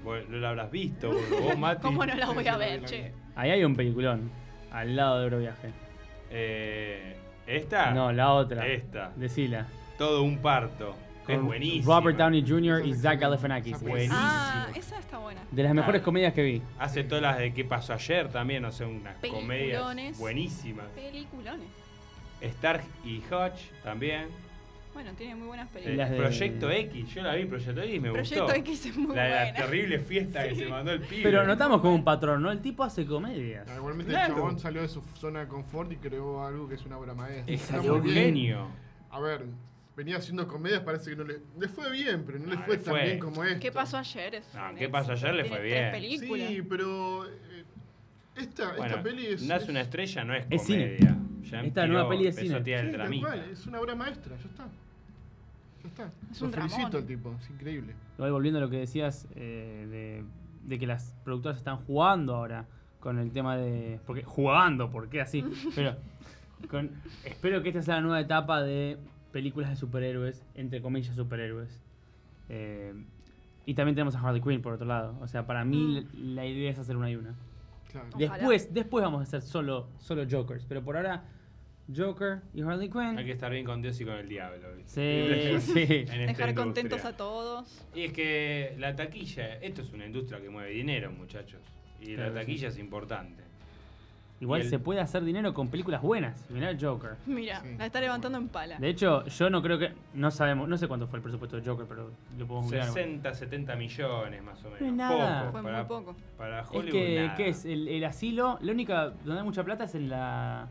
Vos no la habrás visto, vos,
[LAUGHS]
vos, Mati.
¿Cómo no la voy a
[LAUGHS]
Sí,
ver,
la
che?
vi.
Ahí hay un peliculón. Al lado de Euroviaje.
Eh, ¿Esta?
No, la otra.
Esta.
Decila.
Todo un parto. es
Con
buenísimo.
Robert Downey Jr. y
Esa
Zach
película.
Galifianakis.
Esa
Buenísimo.
Ah, esa está buena.
De las mejores
Claro.
comedias que vi.
Hace todas las de qué pasó ayer también, no sé, unas comedias
Peliculones.
buenísimas.
Peliculones.
Stark y Hodge también.
Bueno, tiene muy buenas
Eh,
películas.
Las de-
Proyecto X, yo la vi Proyecto X y me
Proyecto
gustó.
X es muy
la de la
buena.
terrible fiesta que se mandó el pibe.
Pero notamos como un patrón, ¿no? El tipo hace comedias.
Ah, Igualmente
Claro.
el chabón salió de su zona de confort y creó algo que es una obra maestra.
Es
Está
algo
muy bien.
genio.
A ver, venía haciendo comedias, parece que no le, le fue bien, pero no le
Ah,
fue
le
tan
fue.
bien como esto.
¿Qué pasó ayer? Es
No,
un
¿Qué pasó ayer? Le
Tiene
fue
tres
bien.
películas.
Sí, pero eh, esta,
Bueno,
esta peli es...
Nace
es-
una estrella no es comedia.
Es cine.
Ya
Esta
empezó-
nueva peli es
empezó
cine.
a tirar
sí,
el
tal
dramita.
cual, es una obra maestra, ya está. Ya está.
Es
Lo
un dramón.
felicito
eh.
al tipo, es increíble.
Igual volviendo a lo que decías eh, de, de que las productoras están jugando ahora con el tema de. Porque, jugando, ¿por qué así? Pero con- espero que esta sea la nueva etapa de películas de superhéroes, entre comillas superhéroes. Eh, y también tenemos a Harley Quinn por otro lado. O sea, para mí la, la idea es hacer una y una.
Claro.
Ojalá.
Después, después vamos a hacer solo, solo Jokers. Pero por ahora, Joker y Harley Quinn.
Hay que estar bien con Dios y con el diablo. ¿viste?
Sí, sí.
[LAUGHS] En esta
Dejar
industria.
contentos a todos.
Y es que la taquilla, esto es una industria que mueve dinero, muchachos. Y
Claro,
la taquilla es importante.
Igual
Y el-
se puede hacer dinero con películas buenas. Mirá Joker.
Mira,
Sí.
la está levantando en pala.
De hecho, yo no creo que. No sabemos, no sé cuánto fue el presupuesto de Joker, pero lo podemos mirar.
60, 70 millones más o menos.
No es nada.
Poco,
Fue
para,
muy poco.
Para
Es
Hollywood.
que,
nada.
¿qué es? El, el asilo, la única donde hay mucha plata es en la.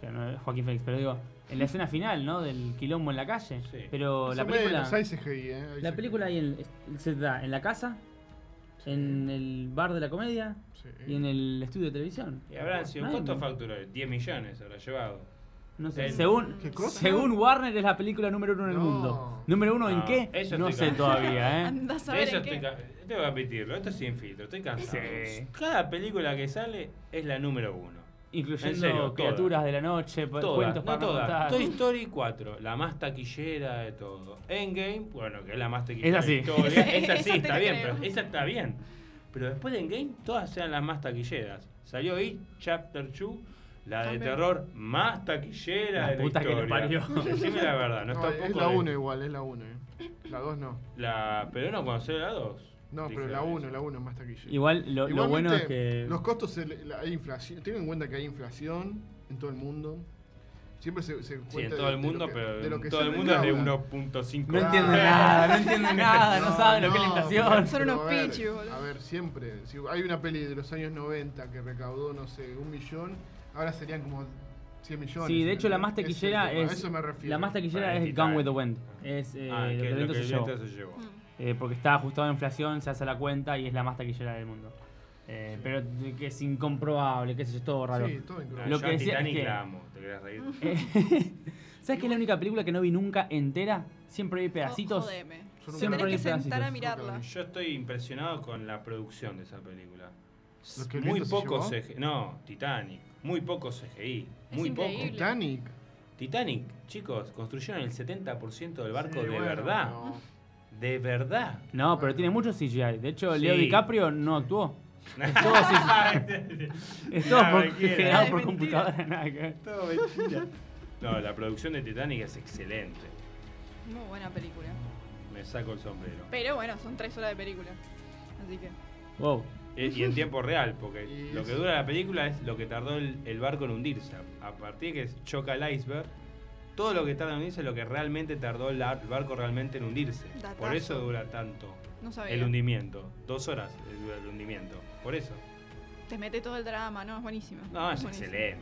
que no es Joaquín Félix, pero digo, en la escena final, ¿no? Del quilombo en la calle.
Sí.
Pero
Más
la
o
película.
menos, hay CGI, ¿eh? Hay
La
CGI.
película ahí en- es- se da en la casa, en el bar de la comedia
Sí.
y en el estudio de televisión.
Y habrán sido,
No hay-
¿cuánto facturó? 10 millones habrá llevado.
No sé.
El-
Según,
¿Qué cosa?
según Warner es la película número uno en el
No.
mundo. ¿Número uno en
No,
qué?
eso
no
estoy
sé
cansado.
todavía, ¿eh?
Andás [LAUGHS] a
De
ver
eso
en
estoy
qué. Oh,
ca- Tengo que admitirlo, esto es sin filtro, estoy cansado.
Sí.
Cada película que sale es la número uno.
Incluyendo
En serio, todas.
criaturas de la noche, pa-
Todas,
cuentos
no
para contar.
todas. Toy Story 4, la más taquillera de todo. Endgame, bueno, que es la más taquillera
Esa sí.
de historia.
Esa-
Esa,
[LAUGHS]
esa
sí,
te
está
la
bien,
creo.
pero esa está bien. Pero después de Endgame, todas eran las más taquilleras. Salió ahí Chapter 2, la de
También.
terror más taquillera
La
de la
puta que
historia.
lo parió.
Decime la verdad, no,
No,
está un
es
poco
la
de-
1 igual, es la 1. ¿eh? La 2 no.
La, pero no conocer la 2.
No, pero la 1, la 1 es más taquilla.
Igual lo, lo bueno es que.
Los costos, se le- la- hay inflación. Tengan en cuenta que hay inflación en todo el mundo. Siempre se, se
Sí, en
cuenta
todo
de-
el
de lo
mundo,
que-
pero
de lo
en
que
todo
se
el mundo es de
recauda.
1.5.
No entienden
Ah.
nada, no
[LAUGHS]
entienden nada, Ah, no,
No,
saben lo que es
no,
la inflación.
Son unos
pero a ver,
pichis, boludo.
A ver, siempre. Si hay una peli de los años 90 que recaudó, no sé, un millón, ahora serían como 100 millones.
Sí, de hecho la más
Ese el
taquillera
tema,
es.
A eso me refiero.
La más taquillera
Para
es
el
Gone with the
Titanic.
Wind. Es eh,
Ah,
lo que
que
el
lo
viento
que
se
el
llevó.
viento se llevó.
Mm.
Eh, porque está ajustado a la inflación, se hace la cuenta y es la más taquillera del mundo. Eh, Pero de que es incomprobable, que sé yo, es todo raro.
Sí, todo incluido.
No,
Lo
yo
que
a
decía es
Ah, Titanic
que-
la amo, te querés reír.
Eh, [LAUGHS] ¿Sabes que es la única película que no vi nunca entera? Siempre vi pedacitos.
Jo- jodeme.
Son un
Te
Siempre
tenés
hay
que sentar
pedacitos.
a mirarla.
Yo estoy impresionado con la producción de esa película.
¿Lo que el
muy
viento se
poco
llevó?
CGI. No, Titanic. Muy poco CGI.
Es
Muy
increíble.
poco.
Titanic.
Titanic, chicos, construyeron el 70% del barco
Sí,
de
bueno,
verdad.
no.
De
[LAUGHS]
verdad.
No, pero tiene mucho CGI. De hecho, Leo
Sí.
DiCaprio no
[LAUGHS]
actuó. todo
todo
Es todo
Nada,
por-
cualquiera.
generado
Es
por [LAUGHS]
mentira.
computadora, nada que ver.
mentira. No, la producción de Titanic es excelente.
Muy buena película.
Me saco el sombrero.
Pero bueno, son tres horas de película. Así que.
Wow.
Eh, Y en tiempo real, porque
Y
lo que
es-
dura la película es lo que tardó el, el barco en hundirse. A a partir de que choca el iceberg, todo lo que tarda en hundirse es lo que realmente tardó la- el barco realmente en hundirse.
Datazo.
Por eso dura tanto
No sabía.
el hundimiento. Dos horas dura el hundimiento. Por eso.
Te mete todo el drama, ¿no? Es buenísima.
No, es
buenísima.
excelente.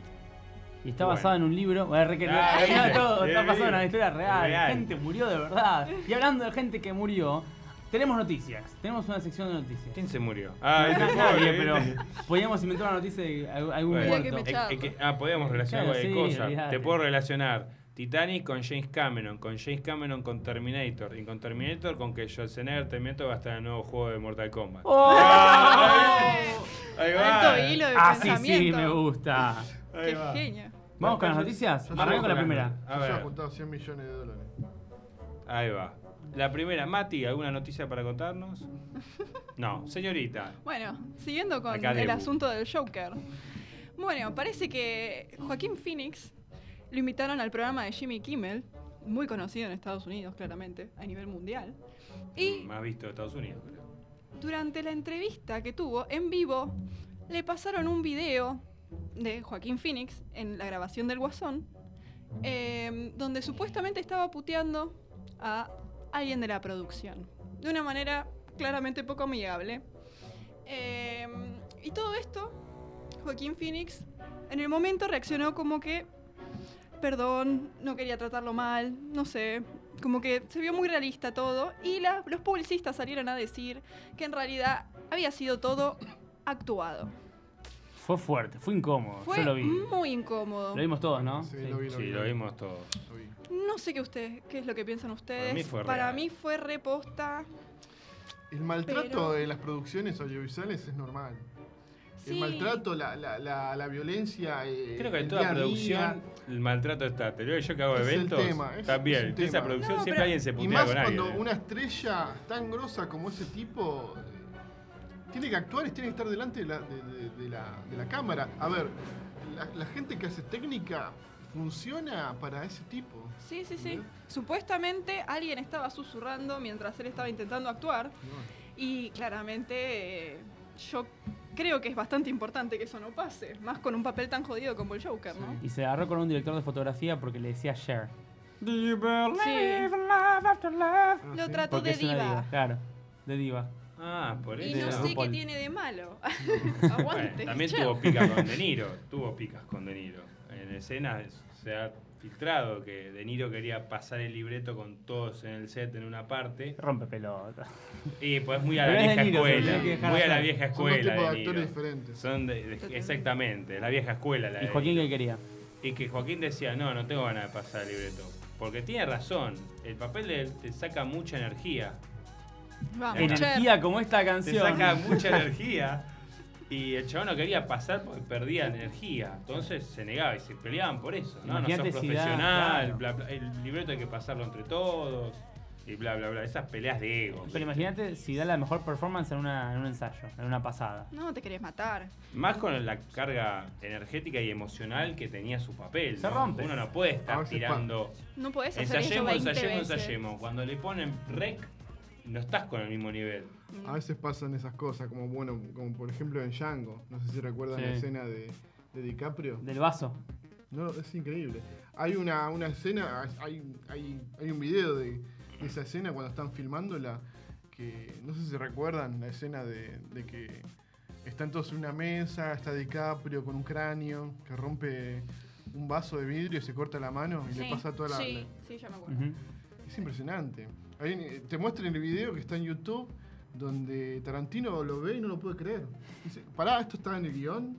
Y está
Bueno.
basado en un libro. Bueno, re que no-
Ah,
no,
viste.
todo está
Bien,
basado en
bien.
una historia real.
Real.
Gente murió de verdad. Y hablando de gente que murió, tenemos noticias. Tenemos una sección de noticias.
¿Quién se murió? Ah,
[LAUGHS] No
este
era
pobre,
nadie,
¿viste?
pero podíamos inventar una noticia de al- algún
Bueno.
Mira que
muerto.
me-
Es- es que- ah, podíamos relacionar
Claro,
cualquier
sí,
cosa.
olvidate.
Te puedo relacionar Titanic con James Cameron, con James Cameron con Terminator, y con Terminator con que Schwarzenegger Terminator va a estar en el nuevo juego de Mortal Kombat.
¡Oh!
[LAUGHS]
Ay, Ahí va.
Tanto
eh.
hilo de
Ah, sí, sí,
pensamiento.
me gusta.
Ahí
Qué
va.
genio.
Vamos con las
Yo-
noticias.
yo-
Arranca con la primera.
A
Yo ya he
ver,
juntado 100 millones de dólares.
ahí va. La primera, Mati, ¿alguna noticia para
[LAUGHS]
contarnos? No, señorita.
Bueno, siguiendo con
Acá
el
Debu.
asunto del Joker. Bueno, parece que Joaquín Phoenix lo invitaron al programa de Jimmy Kimmel, muy conocido en Estados Unidos, claramente, a nivel mundial. Y
Más visto de Estados Unidos. creo.
durante la entrevista que tuvo en vivo, le pasaron un video de Joaquín Phoenix en la grabación del Guasón, eh, donde supuestamente estaba puteando a alguien de la producción, de una manera claramente poco amigable. Eh, y todo esto, Joaquín Phoenix en el momento reaccionó como que, perdón, no quería tratarlo mal, no sé, como que se vio muy realista todo, y la- los publicistas salieron a decir que en realidad había sido todo actuado.
Fue fuerte, fue incómodo.
Fue
Yo lo vi.
muy incómodo.
Lo vimos todos, ¿no?
Sí, lo vi, lo
Sí,
vi.
lo vimos todos.
Lo vi.
No sé qué ustedes, qué es lo que piensan ustedes.
Para mí fue real.
mí fue reposta.
El maltrato
Pero-
de las producciones audiovisuales es normal.
Sí.
El maltrato, la, la, la, la violencia. eh,
Creo que en
el
toda
día a día.
producción el maltrato está. Te lo digo yo que hago
Es el
eventos.
tema, es- es
también.
un
en esa
tema.
producción
No,
siempre
pero-
alguien se
Y
putea
más
con alguien. eh.
cuando una estrella tan grosa como ese tipo eh, tiene que actuar y tiene que estar delante de la, de- de- de la- de la cámara. A ver, la, la gente que hace técnica funciona para ese tipo.
Sí, sí, sí. Supuestamente alguien estaba susurrando mientras él estaba intentando actuar.
No.
Y claramente eh, yo creo que es bastante importante que eso no pase. Más con un papel tan jodido como el Joker, ¿no?
Y se agarró con un director de fotografía porque le decía share.
Sí. Lo
sí.
trató
Porque
de
es una
diva.
Claro, de diva.
Ah, por
Y
eso.
no sé qué
RuPaul.
tiene
[LAUGHS]
de malo. [LAUGHS]
Bueno,
Aguante.
también
che.
tuvo picas
[LAUGHS]
con De Niro, tuvo picas con De Niro. En escenas se ha filtrado que De Niro quería pasar el libreto con todos en el set en una parte.
Rompe pelota.
Y pues muy a la
Pero es De
vieja
Niro, se
escuela.
tiene que dejar
Muy a la
hacer.
vieja
Son dos
escuela.
tipos de
de
actores
Niro.
diferentes.
Son de- de- exactamente, la vieja escuela. La
¿Y
de
Joaquín
Niro.
qué quería?
Y que Joaquín decía, no, no tengo ganas de pasar el libreto. Porque tiene razón, el papel le- te saca mucha energía.
Vamos,
Energía como esta
Te
canción.
saca
[LAUGHS]
mucha energía. Y el chabón no quería pasar porque perdía energía. Entonces se negaba y se peleaban por eso. No, no sos
Imagínate si da-
profesional,
claro.
bla, bla, el libreto hay que pasarlo entre todos. Y bla, bla, bla. Esas peleas de ego.
Pero imagínate si da la mejor performance en, una, en un ensayo, en una pasada.
Che, No te querés matar.
Más con la carga energética y emocional que tenía su papel.
Se
¿no?
rompe.
Uno no puede
A
estar
veces
tirando.
No podés hacer eso
Ensayemos,
20
ensayemos,
veces.
ensayemos. Cuando le ponen rec, no estás con el mismo nivel.
A veces pasan esas cosas, como bueno, como por ejemplo en Django. No sé si recuerdan
Sí.
la escena de, de DiCaprio.
Del vaso.
No, es increíble. Hay una, una escena, hay, hay, hay un video de, de esa escena cuando están filmándola, que no sé si recuerdan la escena de, de que están todos en una mesa, está DiCaprio con un cráneo, que rompe un vaso de vidrio y se corta la mano y le pasa toda la...
Sí, sí, ya me acuerdo.
Ujú.
la- es impresionante. Hay un- te muestran el video que está en YouTube donde Tarantino lo ve y no lo puede creer. Dice, pará, esto está en el guión.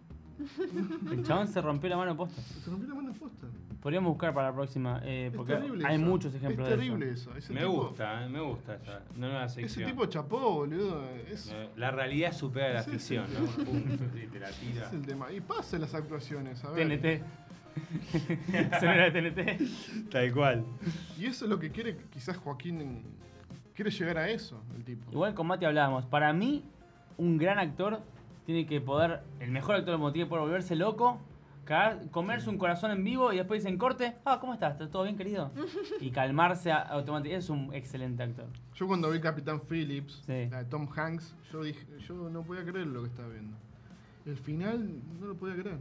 El chabón se rompió la mano posta.
Se rompió la mano posta.
Podríamos buscar para la próxima, eh,
Es
porque
terrible
hay
eso.
muchos ejemplos
Es terrible
de eso.
eso. Ese
me
tipo-
gusta, eh, me gusta esa nueva
Ese
sección.
tipo chapó, boludo. Es,
Eh, La realidad supera la
Sí,
ficción,
sí,
¿no? Punto, sí, te la tira.
es el tema. Y pasa en las actuaciones, a ver.
TNT. [LAUGHS] Sonora de TNT.
Tal cual.
Y eso es lo que quiere, quizás Joaquín en- quiere llegar a eso, el tipo.
Igual con Mati hablábamos. Para mí, un gran actor tiene que poder, el mejor actor como tiene que poder volverse loco Cagar- comerse un corazón en vivo y después dicen corte. Ah, ¿cómo estás? ¿Está todo bien,
[LAUGHS]
querido? Y calmarse a- automáticamente. Es un excelente actor.
Yo cuando vi Capitán Phillips,
Sí.
la de Tom Hanks, yo dije, yo no podía creer lo que estaba viendo. El final no lo podía creer.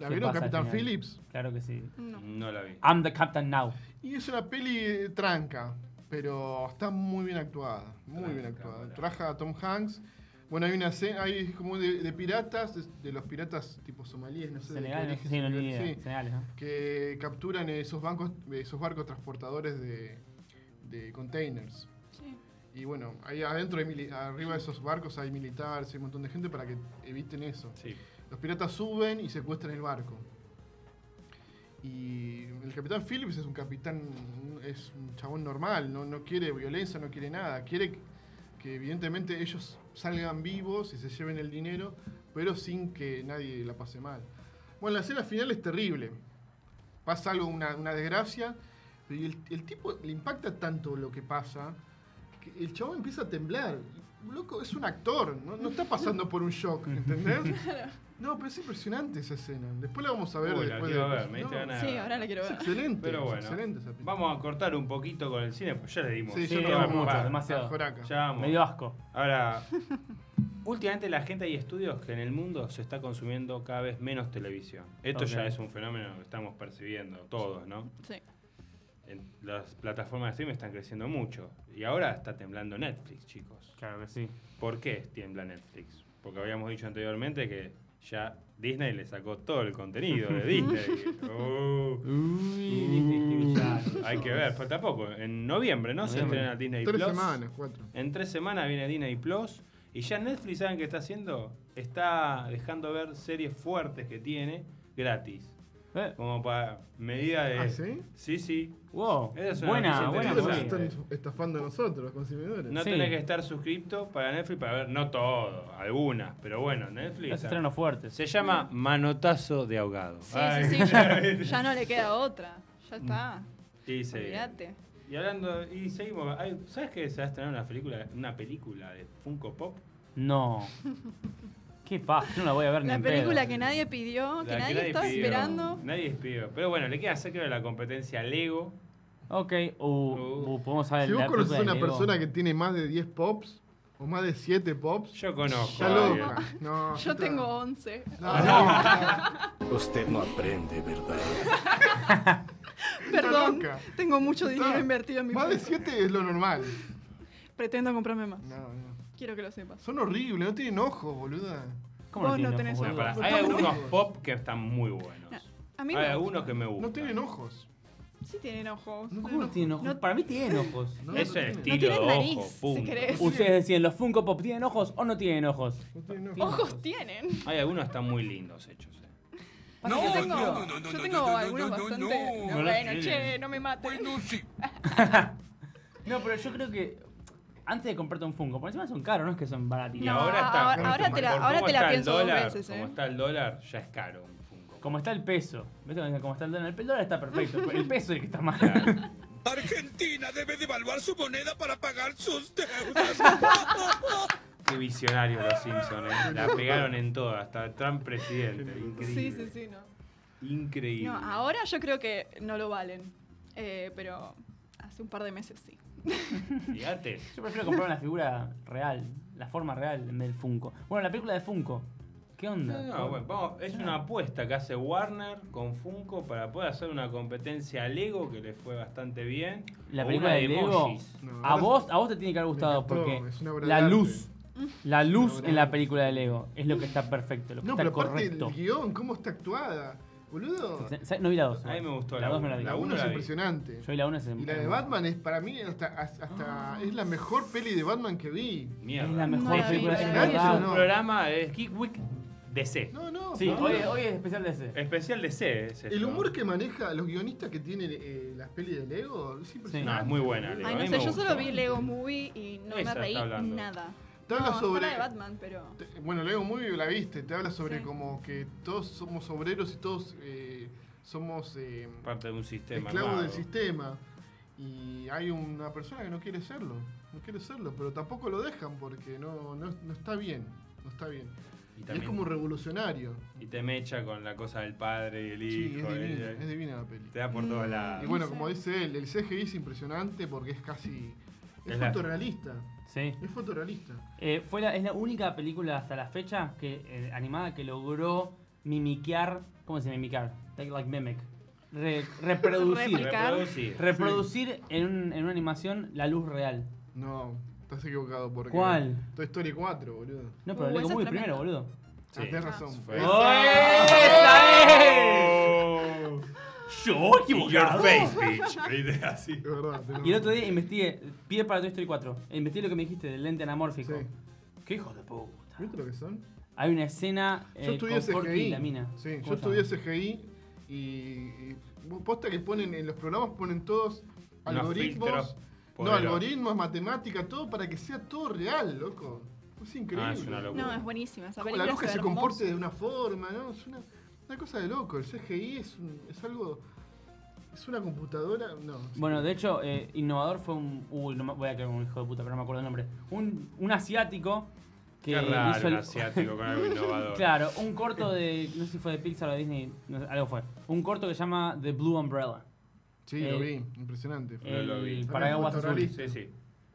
¿La
¿Qué
vieron
pasa al
Capitán
final?
Phillips?
Claro que sí.
No.
No la vi.
I'm the captain now.
Y es una peli eh, tranca, pero está muy bien actuada. Muy bien
Tranca,
actuada.
pará.
Traja a Tom Hanks. Bueno, hay una escena, hay como de, de piratas, de, de los piratas tipo somalíes, no sé de qué
Senegal, no
origen
sí, no, ni
senegal-
idea.
sí,
Senegales, ¿no?
que capturan esos, bancos, esos barcos transportadores de, de containers.
Sí.
Y bueno, ahí adentro, hay mili- arriba de esos barcos hay militares, hay un montón de gente para que eviten eso.
Sí.
Los piratas suben y secuestran el barco. Y el capitán Phillips es un capitán, es un chabón normal, no, no quiere violencia, no quiere nada. Quiere que evidentemente ellos salgan vivos y se lleven el dinero, pero sin que nadie la pase mal. Bueno, la escena final es terrible. Pasa algo, una, una desgracia, y el, el tipo le impacta tanto lo que pasa, que el chabón empieza a temblar. Loco, es un actor, no, no está pasando por
[LAUGHS]
un shock, ¿entendés? No, pero es impresionante esa escena. Después la vamos a ver.
Uy, la
después
quiero
de-
ver, me diste
No,
ganas.
Sí, ahora la quiero
Es
ver.
excelente,
Pero
es
bueno,
excelente esa película.
vamos a cortar un poquito con el cine, pues ya le dimos.
Sí,
Sí,
yo
Ya
no
vamos,
mucho,
va.
demasiado.
Ah, Joraca.
Ya vamos.
Me dio asco.
Ahora, últimamente la gente hay estudios que en el mundo se está consumiendo cada vez menos televisión. Esto
Ok.
ya es un fenómeno que estamos percibiendo todos, ¿no?
Sí.
En- las plataformas de streaming están creciendo mucho. Y ahora está temblando Netflix, chicos.
Claro que sí.
¿Por qué tiembla Netflix? Porque habíamos dicho anteriormente que ya Disney le sacó todo el contenido
[LAUGHS]
de Disney. Uh,
Uy,
Uh.
Disney Channel.
hay que ver, falta poco. En noviembre, ¿no? Se
Noviembre.
estrena Disney
Tres
Plus.
semanas, cuatro.
En tres semanas viene Disney Plus. Y ya Netflix, ¿saben qué está haciendo? Está dejando ver series fuertes que tiene gratis.
Eh,
Como para medida de.
¿Ah, sí?
Sí, sí.
Wow.
Esa es una
Buena,
noticia
buena.
interesante.
Entonces
movida.
bueno.
están estafando a nosotros, los consumidores.
No
Sí.
tenés que estar suscripto para Netflix para ver, no todo, algunas, pero bueno, Netflix.
Es
está-
estreno fuerte.
Se llama Manotazo de Ahogado.
Sí,
Ay,
sí, sí. Ya, ya no le queda otra. Ya está.
Sí, sí.
Olvídate.
Y hablando, y seguimos. Ay, ¿Sabes que se va a estrenar una película, una película de Funko Pop?
[LAUGHS]
No. Qué paz, yo no la voy a ver ni
La
en
película
pedo.
que nadie pidió, que
La
nadie estaba
pidió.
esperando.
Nadie pidió. Pero bueno, le queda hacer creo la competencia a Lego.
Ok, uh,
Uh.
uh, podemos saber
Si vos
la
conoces
película
a
de
una
Lego.
persona que tiene más de 10 pops o más de 7 pops,
Yo conozco.
ya
a alguien.
loca. No,
Yo
está-
tengo 11.
No, no,
Usted no aprende, ¿verdad?
[LAUGHS] Perdón.
loca.
Tengo mucho
Está-
dinero invertido en mi
Más de
banco.
7 es lo normal.
Pretendo comprarme más.
No, no.
Quiero que lo sepas.
Son horribles, no tienen ojos, boluda.
¿Cómo no
Vos no
tiene
tenés
ojo,
Bueno,
boludo?
pará,
Porque
Hay
están
algunos
buenos.
pop que están muy buenos.
A mí
Hay
me
algunos que me gustan.
No tienen ojos.
Sí tienen ojos.
No,
¿Cómo no tiene ojos? Para mí tiene ojos.
No,
es
no
el
tienen.
No
estilo
tienen
de
nariz,
ojo,
si
punto.
querés.
Ustedes decían, ¿los Funko Pop tienen ojos o no tienen ojos?
No tienen ojos.
Ojos tienen.
Hay algunos que están muy lindos hechos. eh.
Pasa
yo
que
tengo,
tengo-
yo tengo algunos bastante.
no. No
bueno,
los
che,
tienen.
no me maten.
No, pero yo creo que antes de comprarte un Funko, por encima son caros, no es que son baratitos.
Y
No,
ahora está.
ahora- ahora te la-
por cómo
ahora te la
está el
pienso dos
dólar,
veces, eh.
Como está el dólar, ya es caro un Funko.
Como está el peso, ¿ves? Como está el dólar, el dólar está perfecto,
[LAUGHS]
pero el peso es el que está mal.
[LAUGHS] Argentina debe devaluar su moneda para pagar sus deudas. [LAUGHS]
Qué visionarios los Simpsons. eh. La pegaron en todo, hasta Trump presidente.
Sí,
Increíble.
sí, sí, no.
Increíble.
No, ahora yo creo que no lo valen. Eh, pero hace un par de meses sí.
Y antes,
Yo prefiero comprar una figura real, la forma real en vez del Funko. Bueno, la película de Funko, ¿qué onda?
No, no, bueno, vamos, es una apuesta que hace Warner con Funko para poder hacer una competencia a Lego que le fue bastante bien.
La
o
película
una
de Lego,
emojis.
No,
a
ahora-
vos, a vos te tiene que haber gustado
encantó,
porque
es una obra de
la
arte.
luz, la luz
obra
en
de
la
arte.
película de Lego es lo que está perfecto, lo que
No,
está
pero aparte
correcto.
el guión, cómo está actuada. Boludo,
Se- se- No vi la 2.
A mí me gustó
la
la
2
uno.
me la vi.
la
uno
1 es
la vi.
impresionante.
Yo vi la 1
Y la de Batman es para mí hasta, hasta
Ah.
es la mejor peli de Batman que vi.
Mierda.
Es la
No
mejor
la vi,
película
no
de
la vi.
Es un
no.
programa de Geek Week DC.
No, no.
Sí,
pero-
hoy, hoy es especial de ese.
Especial DC es
el
esto.
humor que maneja los guionistas que tienen eh, las pelis de Lego es impresionante.
No, es muy buena. Lego.
Ay,
A
no
mí
sé,
me
yo
gustó.
solo vi Lego Movie y
Esa
no me
está
reí
hablando.
nada.
Te habla
no, está
sobre-
la de Batman, pero.
Te- Bueno, Lego Movie la viste, te habla sobre
Sí.
como que todos somos obreros y todos eh, somos eh,
Parte de un sistema.
esclavos
armado.
del sistema. Y hay una persona que no quiere serlo, no quiere serlo, pero tampoco lo dejan porque no, no, no está bien, no está bien.
Y
Y es
también
como revolucionario.
y te mecha con la cosa del padre y el
Sí, es
hijo. y-
divina, es divina la peli.
Te da por todos
Mm.
lados.
Y bueno, como dice él, el CGI es impresionante porque es casi. Es
Es la-
fotorrealista.
Sí.
Es fotorrealista.
Eh, fue la, es la única película hasta la fecha que, eh, animada que logró mimiquear. ¿Cómo se dice mimiquear? Take like mimic. Re- reproducir.
[LAUGHS] Replicar.
Reproducir.
reproducir en, un- en una animación la luz real.
No, estás equivocado porque.
¿Cuál?
Toy Story 4, boludo.
No, pero
Uh,
el Lego
esa es
Movie primero,
tremenda.
boludo.
Sí.
Ah, tenés razón.
Fue-
Esa-
¡Oh, ¡Esa es!
Yo In your face, bitch. ¿Viste?
[LAUGHS]
Así.
Es verdad, tenés
Ah, Y el
razón.
otro día investigué, pie para Toy Story 4, investigué lo que me dijiste del lente anamórfico.
Sí.
¡Qué hijo de puta!
¿Viste lo que son?
Hay una escena eh,
Yo estudié
con Forky
CGI.
y la mina. ¿Cómo
Sí, yo
se llama?
estudié CGI y, y vos posta que ponen en los programas ponen todos
Unos
algoritmos.
filtros
No,
poderosos.
algoritmos, matemática, todo para que sea todo real, loco. Es increíble.
Ah, es una locura.
No, es buenísima. Esa
Como
película
la luz que
es
se
hermosa.
comporte de una forma, ¿no? Es una, una cosa de loco. El CGI es, un- es algo. Es una computadora. No.
Bueno, de hecho, eh, innovador fue un. Uy, no me- voy a quedar como un hijo de puta, pero no me acuerdo el nombre. Un, un asiático que
Qué
le hizo
raro
el-
un asiático con algo [LAUGHS] innovador.
Claro, un corto de. No sé si fue de Pixar o de Disney, no sé, algo fue. Un corto que se llama The Blue Umbrella.
Sí, lo
eh,
vi. Impresionante.
No eh, lo vi.
El paraguas azul.
Fotorrealista.
Sí, sí.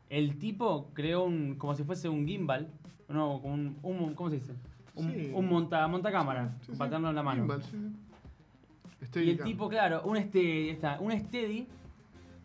El tipo creó un. como si fuese un gimbal. No, como un, un- ¿Cómo se dice? Un,
Sí.
un monta, montacámara.
Sí, sí.
para darnos la mano.
Pinball, sí, sí. Estoy
Y el
acá.
tipo, claro, un steady, está, un steady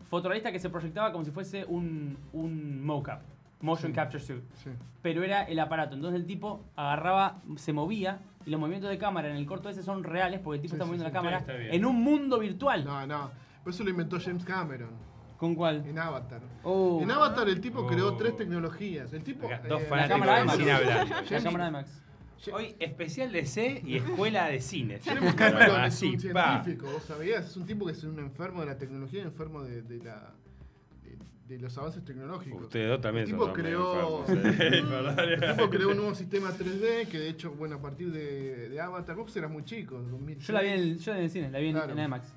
fotorrealista que se proyectaba como si fuese un, un mocap, motion
Sí.
capture suit,
Sí.
pero era el aparato. Entonces el tipo agarraba, se movía y los movimientos de cámara en el corto ese son reales porque el tipo
Sí,
está
sí,
moviendo
sí,
la cámara
está bien.
en un mundo virtual.
No, no. Eso lo inventó James Cameron
¿Con cuál?
en Avatar.
Oh,
En Avatar el tipo creó
Oh.
tres tecnologías. El tipo.
Acá, dos
eh,
fanáticos
cámara
del
de
cine
Max.
hablando.
la
James-
cámara de Max.
Ja-
Hoy especial de C y escuela de cine. [LAUGHS]
James Cameron es
Así,
un
ah, pa.
científico, ¿vos sabías? Es un tipo que es un enfermo de la tecnología, enfermo de, de la. De, de los avances tecnológicos.
Ustedes dos también
El
son
tipo
dos
creó-
medio enfermos, ¿eh? [LAUGHS]
El
Perdón.
tipo creó un nuevo sistema 3D que de hecho, bueno, a partir de, de Avatar, vos eras muy chico, 2006.
Yo la vi en el, yo la vi en el cine, la vi en,
Claro.
en IMAX.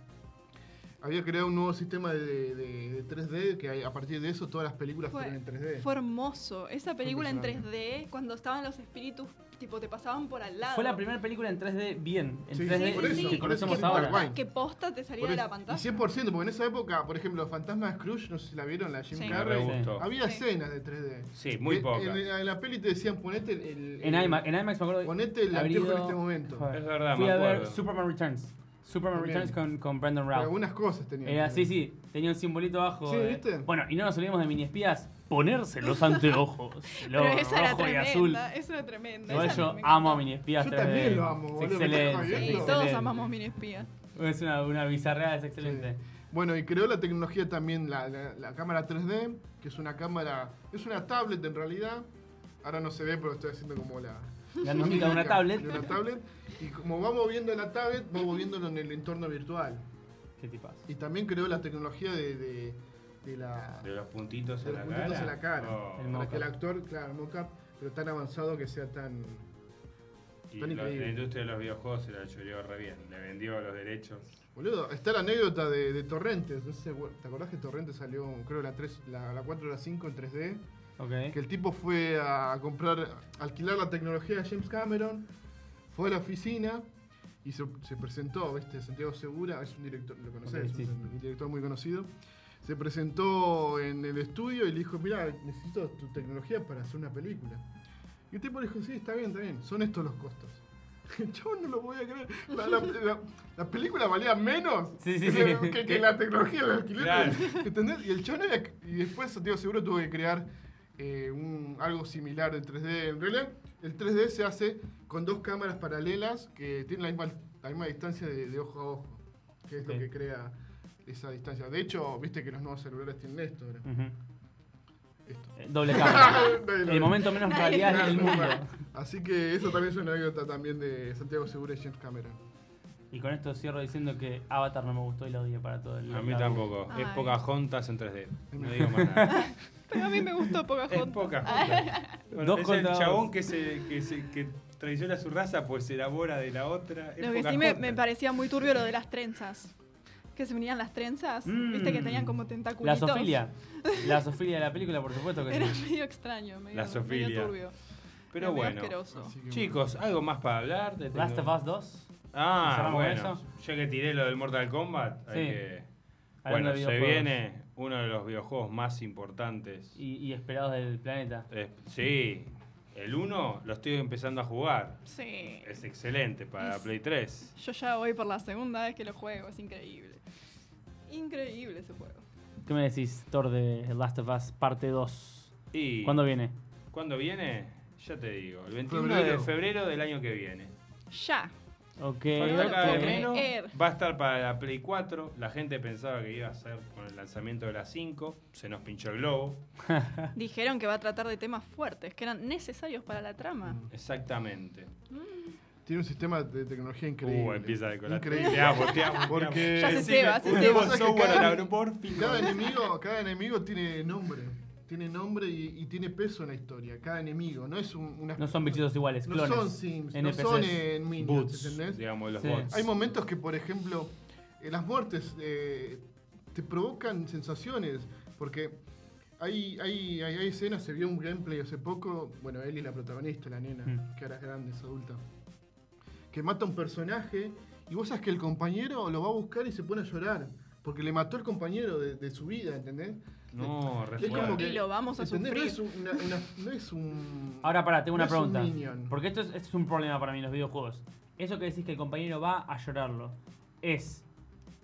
Había creado un nuevo sistema de, de- de 3D que a partir de eso todas las películas
Fue-
fueron en 3D.
Fue hermoso. Esa película en
impresionante.
3D, cuando estaban los espíritus, tipo, te pasaban por al lado.
Fue la primera película en 3D bien, en
Sí, sí,
3D
por eso,
que
por eso
conocemos
es
ahora.
Paraguay.
Que posta te salía
Por
de
eso-
la pantalla.
Y 100%, porque en esa época, por ejemplo, Fantasma de Scrooge, no sé si la vieron, la de Jim
Sí.
Me re
Carrey.
gustó.
Había
Sí.
escenas de 3D.
Sí, muy
En-
pocas.
Eh, En, en la peli te decían, ponete el. el-
En
el-
IMAX, en IMAX me acuerdo.
Ponete el
haber
anteojo en
ido-
este momento.
Joder.
Es verdad,
Fui
me
a ver
acuerdo.
Superman Returns. Superman
También.
Returns con, con Brandon Routh.
Algunas cosas tenía.
Era así, Eh, sí. Tenía un simbolito abajo.
Sí,
de-
¿viste?
Bueno, y no nos olvidemos de mini espías. Ponerse los
[LAUGHS]
anteojos. Lo
Pero esa era
rojo y azul.
tremenda. Esa era tremenda.
Igual
esa
yo
me encantó.
amo a mini espías.
Yo
3D.
también lo amo,
Es
boludo, me estás
Excelente.
jodiendo.
es
Sí, todos
excelente.
amamos Mini Espía.
Es una, una bizarreada, es excelente.
Bueno, y creó la tecnología también, la, la- la cámara 3D, que es una cámara. Es una tablet en realidad. Ahora no se ve, pero estoy haciendo como la.
La mímica de una tablet.
de una tablet. Y como va moviendo la tablet, va moviéndolo en el entorno virtual.
Qué tipazo.
Y también creó la tecnología de, de- de la.
De los puntitos
De
en
los
la cara.
puntitos en la cara.
Oh.
El
para que el
mocap.
actor, claro, mocap, pero tan avanzado que sea tan.
Y
Tan
lo-
increíble.
la industria de los videojuegos se la choreó re bien. Le vendió los derechos.
Boludo, está la anécdota de, de Torrentes. no sé, ¿Te acordás que Torrentes salió, creo, la, 3, la, la 4 o la 5 en 3D?
Ok.
Que el tipo fue a comprar, a alquilar la tecnología de James Cameron, fue a la oficina y se, se presentó, ¿viste? Santiago Segura, es un director, lo conocés,
Ok,
es un,
sí.
un director muy conocido. Se presentó en el estudio y le dijo, mira, necesito tu tecnología para hacer una película. Y el tipo le dijo, sí, está bien, está bien, son estos los costos. [LAUGHS] Yo no lo voy a creer. La, la- la- la película valía menos
Sí, sí, sí. [LAUGHS]
que, que- que la tecnología del alquiler.
Claro.
¿Entendés? Y el chabón era- Y después Santiago Seguro tuvo que crear eh, un, algo similar en 3D. En realidad, el 3D se hace con dos cámaras paralelas que tienen la misma, la misma distancia de, de ojo a ojo. Que es
Ok.
lo que crea esa distancia. De hecho, viste que los nuevos celulares tienen esto. ahora.
Ujú.
Esto.
Eh, Doble
[LAUGHS]
cámara.
Nadie lo ve.
el momento menos
Nadie
realidad
Claro,
del
nunca.
mundo.
Así que eso también es una anécdota también de Santiago Segura y James Cameron.
Y con esto cierro diciendo que Avatar no me gustó y la odié para todo el
A mí
la-
tampoco.
Ay.
Es pocas juntas en
[LAUGHS]
3D. No digo más nada.
Pero a mí me gustó
es
Pocahontas. Ah,
pocas juntas.
[LAUGHS] Dos
es el
contra dos.
chabón que, se, que, se, que traiciona su raza, pues se elabora de la otra. Es
Lo que sí
Pocahontas.
me, me parecía muy turbio lo de las trenzas. Que se unían las trenzas, viste que
Mm.
tenían como tentaculitos.
La
[LAUGHS]
sofilia. La sofilia de la película, por supuesto que
Era
sí.
medio extraño, medio,
La
medio
zoofilia.
turbio.
Pero
Es medio
bueno.
asqueroso.
Así que
Chicos, ¿algo más para hablar? de
Last of
tecno-
Us 2.
Ah,
¿Cerramos con
bueno.
eso?
Ya que tiré lo del Mortal Kombat, hay
Sí.
que-
Hablando
Bueno,
de
se
videojuegos.
viene uno de los videojuegos más importantes.
Y, y esperados del planeta.
Eh, sí, el 1 lo estoy empezando a jugar.
Sí.
Es excelente para
Es-
Play 3.
Yo ya voy por la segunda vez que lo juego, es increíble. Increíble ese juego.
¿Qué me decís, Thor, de Last of Us parte 2?
¿Y
¿Cuándo viene?
¿cuándo viene? Ya te digo, el 21 de
Febrero.
febrero del año que viene.
Ya.
Ok.
no lo
Falta cada
puedo
vez
creer.
menos. Va a estar para la Play 4. La gente pensaba que iba a ser con el lanzamiento de la 5. Se nos pinchó el globo.
Dijeron que va a tratar de temas fuertes, que eran necesarios para la trama.
Exactamente.
Tiene un sistema de tecnología increíble.
Uh, empieza el colate.
Increíble.
Te amo, te amo.
Porque- Ya se
ceba, se ceba.
Vos sos bueno,
Cada-
Lauro, por fin.
Cada enemigo, cada enemigo tiene nombre. Tiene nombre y, y tiene peso en la historia. Cada enemigo. No es un- una-
No son bichitos iguales,
No
clones.
son Sims,
NPCs.
no son eh, minions,
Boots,
¿entendés?
digamos, los
Sí.
bots.
Hay momentos que, por ejemplo, eh, las muertes eh, te provocan sensaciones, porque hay, hay, hay, hay escenas, se vio un gameplay hace poco, bueno, Ellie es la protagonista, la nena,
Mm.
que ahora es grande, es adulta, que mata a un personaje y vos sabes que el compañero lo va a buscar y se pone a llorar, porque le mató el compañero de, de su vida, ¿entendés?
No, re
Es como
fuerte.
que,
Y lo vamos a
¿entendés? No
sufrir.
es un- una- una- no es un...
Ahora pará, tengo una
no es un
pregunta.
minion.
Porque esto es, esto es un problema para mí en los videojuegos. Eso que decís que el compañero va a llorarlo, ¿es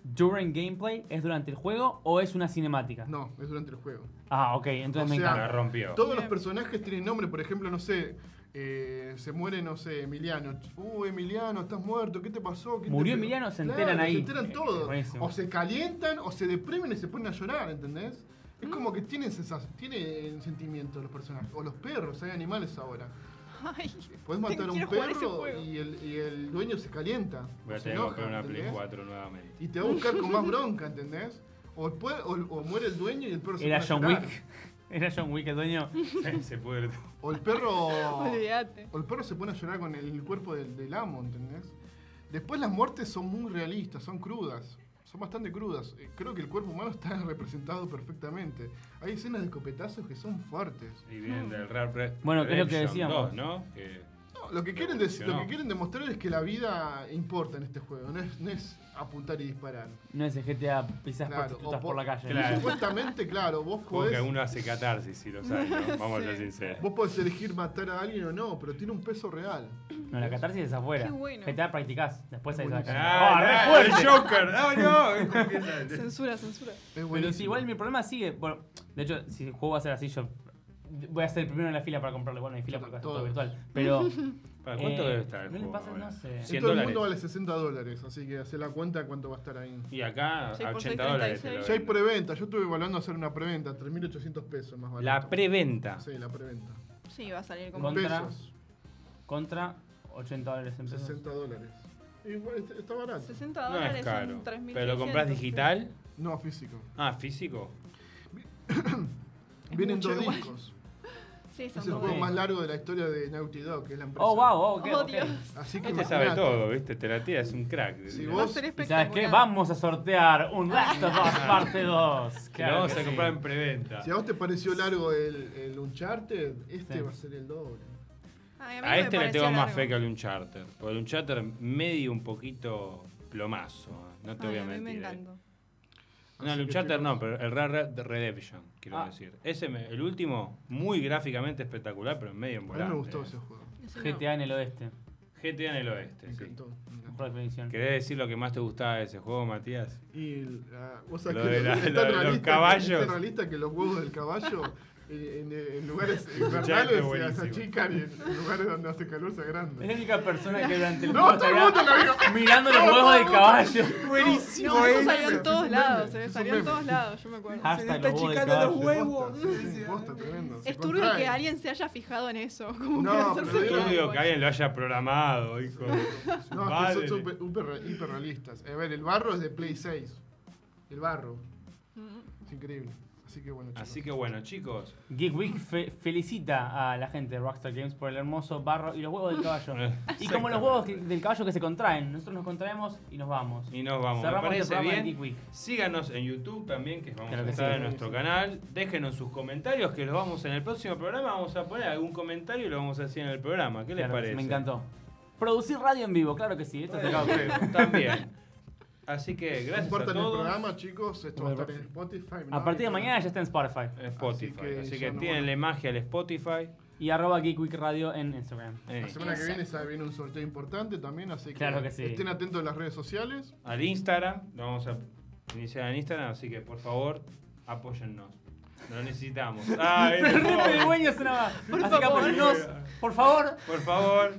during gameplay? ¿Es durante el juego o es una cinemática?
No, es durante el juego.
Ah, ok, entonces
O
me
sea,
encanta.
La rompió.
Todos los personajes tienen nombre, por ejemplo, no sé, eh, se muere, no sé, Emiliano. Uh, Emiliano, estás muerto, ¿qué te pasó? ¿Qué te
Murió
pegó?
Emiliano, se
Claro,
enteran ahí.
Se enteran todos.
Buenísimo.
O se calientan, o se deprimen y se ponen a llorar, ¿entendés? Es
Mm.
como que tienen, sensa- tienen sentimientos los personajes. O los perros, hay animales ahora.
Ay,
Podés matar a un
quiero jugar ese
perro
juego.
y el, y el dueño se calienta.
Voy a
o
tener
se
que
enoja,
comprar una Play
¿entendés?
4 nuevamente. [LAUGHS]
Y te va a buscar con más bronca, ¿entendés? O, puede- o- o muere el dueño y el perro se
Era
pone a
John
llorar.
Wick. [LAUGHS] Era John Wick el dueño.
Se puede.
O el
[LAUGHS]
perro.
Olvídate.
O el perro se pone a llorar con el cuerpo del, del amo, ¿entendés? Después las muertes son muy realistas, son crudas. Son bastante crudas. Eh, Creo que el cuerpo humano está [LAUGHS] representado perfectamente. Hay escenas de escopetazos que son fuertes.
Y vienen del Rare Pre-
Bueno, que es lo que
Redemption
decíamos.
2, ¿no? Que
No, lo, que
Me
quieren dec-
funcionó.
lo que quieren demostrar es que la vida importa en este juego. No es, no es apuntar y disparar.
No es el GTA pisás
Claro,
prostitutas
o
por la calle.
Claro.
Y Supuestamente, claro, vos
juego que
podés,
uno hace catarsis, si lo sabe.
[LAUGHS]
¿no? Vamos a ser sinceros.
vos podés elegir matar a alguien o no, pero tiene un peso real.
No, la catarsis es afuera.
Qué bueno.
GTA practicás, después ahí sacás.
Ah,
¡Ah, re
ah,
fuerte!
el Joker!
[LAUGHS]
¡Ah, no!
Censura, censura.
Es
Pero si
buenísimo.
igual mi problema sigue. Bueno, de hecho, si el juego va a ser así, yo voy a ser el primero en la fila para comprarlo. Bueno, hay fila porque es todo
Todo.
virtual. Pero.
¿Para cuánto
eh,
debe estar el
No le
juego?
pasa,
ahora?
no sé.
En
100
todo el
dólares.
mundo vale 60 dólares, así que hace la cuenta cuánto va a estar ahí.
Y acá,
Seis
a 80
por seis,
dólares. te lo
36.
Ya hay
venden.
preventa, yo estuve evaluando hacer una preventa, 3.800 pesos más barato.
La preventa.
Sí, la preventa.
Sí, va a salir como.
Con- Contra-
Pesos,
Contra 80 dólares en pesos.
60 dólares. Igual es- está barato.
60
No
dólares
es caro.
son 3.600.
Pero lo compras
sí.
digital.
No, físico.
Ah, físico.
Es
Vienen
mucho
dos
igual.
discos.
Sí,
Es
son
el
dos
juego
discos.
más largo de la historia de Naughty Dog, que es la empresa.
Oh, wow, oh, ok,
Oh,
ok.
Dios.
Así que
Este sabe
imagínate.
todo, ¿viste? Te la tira, es un crack.
Si
Lo
Va a
vos-
ser
¿Y sabes
espectacular. Ah.
qué? Vamos a sortear un Last of Us parte 2. Claro
vamos
que
a
sí.
comprar en preventa.
Si a vos te pareció largo el, el Uncharted, este
Sí.
va a ser el doble.
Ay, a mí
A
no me
este le
pareció
tengo más
largo.
fe que al Uncharted. Porque el Uncharted medio un poquito plomazo. ¿eh? No te
Ay,
voy a
a mí
mentir.
me
¿eh?
encantó.
No, el
Así que
Uncharted
chicos.
no, pero el Red Red Redemption, quiero
Ah.
decir. Ese, me- el último, muy gráficamente espectacular, pero en medio ¿eh? en
A mí me gustó ese juego.
Ese no.
GTA en el oeste.
GTA en el oeste,
Me
sí.
encantó. me encantó.
Mejor definición.
¿Querés decir lo que más te gustaba de ese juego, Matías?
Y el, ah, vos sabés
Lo
que
de la-
es tan
lo de los
realista que-
caballos.
es tan realista que los huevos del caballo eh, en, en- en lugares
Escuchaste,
invernales se
buenísimo.
achican y en lugares donde hace calor se
Es la
agrandan.
única persona que durante el
No,
juego
todo el
estará
mundo lo vio.
mirando los huevos del caballo.
No,
eh.
eso salió
meme,
en todos
es un
lados,
meme,
eh,
es un
salió en
meme.
todos lados, yo me acuerdo.
Ah,
Hashtag los huevos del caballo.
Posta, sí, sí, posta, tremendo. Se
Es turbio
contrae.
que alguien se haya fijado en eso. Como
No,
para
pero
hacerse
digo-
Yo
cargo.
digo que alguien lo haya programado, hijo.
No, es
Vale.
que son super- hiper- hiperrealistas. A ver, el barro es de Play 6. El barro.
Mm.
Es increíble. Así que bueno, chicos.
Así que bueno, chicos.
Geek Week fe- felicita a la gente de Rockstar Games por el hermoso barro y los huevos del caballo.
Eh,
Y como los huevos que- del caballo que se contraen, nosotros nos contraemos y nos vamos.
Y nos vamos. Me
Cerramos este
parece
programa de
bien.
Geek Week.
Síganos en YouTube también, que vamos
Claro
a
que
estar
sí.
en nuestro canal. Déjenos sus comentarios, que los vamos en el próximo programa. Vamos a poner algún comentario y lo vamos a decir en el programa. ¿Qué les
Claro que sí,
parece?
Me encantó. Producir radio en vivo, claro que sí. Esto es
[LAUGHS]
acá.
Bueno, También. Así que
No
gracias a
importa el
todos.
programa, chicos. Esto va a estar en Spotify.
A partir de mañana ya está en Spotify.
En Spotify. Así
Así
que,
que ya no-
tírenle magia al Spotify.
Y arroba Geek Week Radio en Instagram.
Eh,
La semana que viene
Exacto.
sabe, viene un sorteo importante también, así que,
Claro que sí.
estén atentos a las redes sociales.
al Instagram. Lo vamos a iniciar en Instagram. Así que por favor, apóyennos. Lo
[LAUGHS]
necesitamos. Ah, Ay,
Re
pobre.
pedigüeño sonaba.
Por
Así que
favor.
apóyennos, por favor.
Por favor.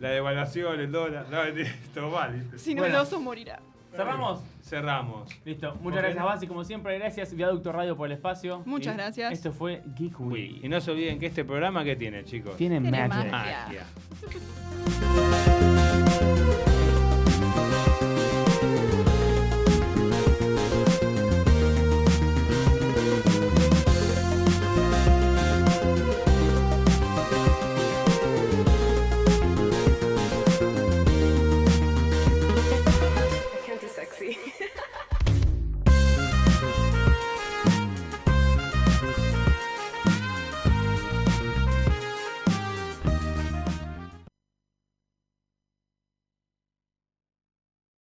La devaluación, el dólar. No, [LAUGHS] mentira, todo mal. ¿viste?
Si no,
Bueno.
el oso morirá.
Cerramos.
Cerramos.
Listo.
Ok.
Muchas gracias, Basi, como siempre. Gracias, Viaducto Radio, por el espacio. Eh,
Muchas
Y
gracias.
Esto fue Geek
Uy, Y
Week.
no se olviden que este programa que tiene, chicos.
Tiene
Tiene
magia.
magia.
Magia.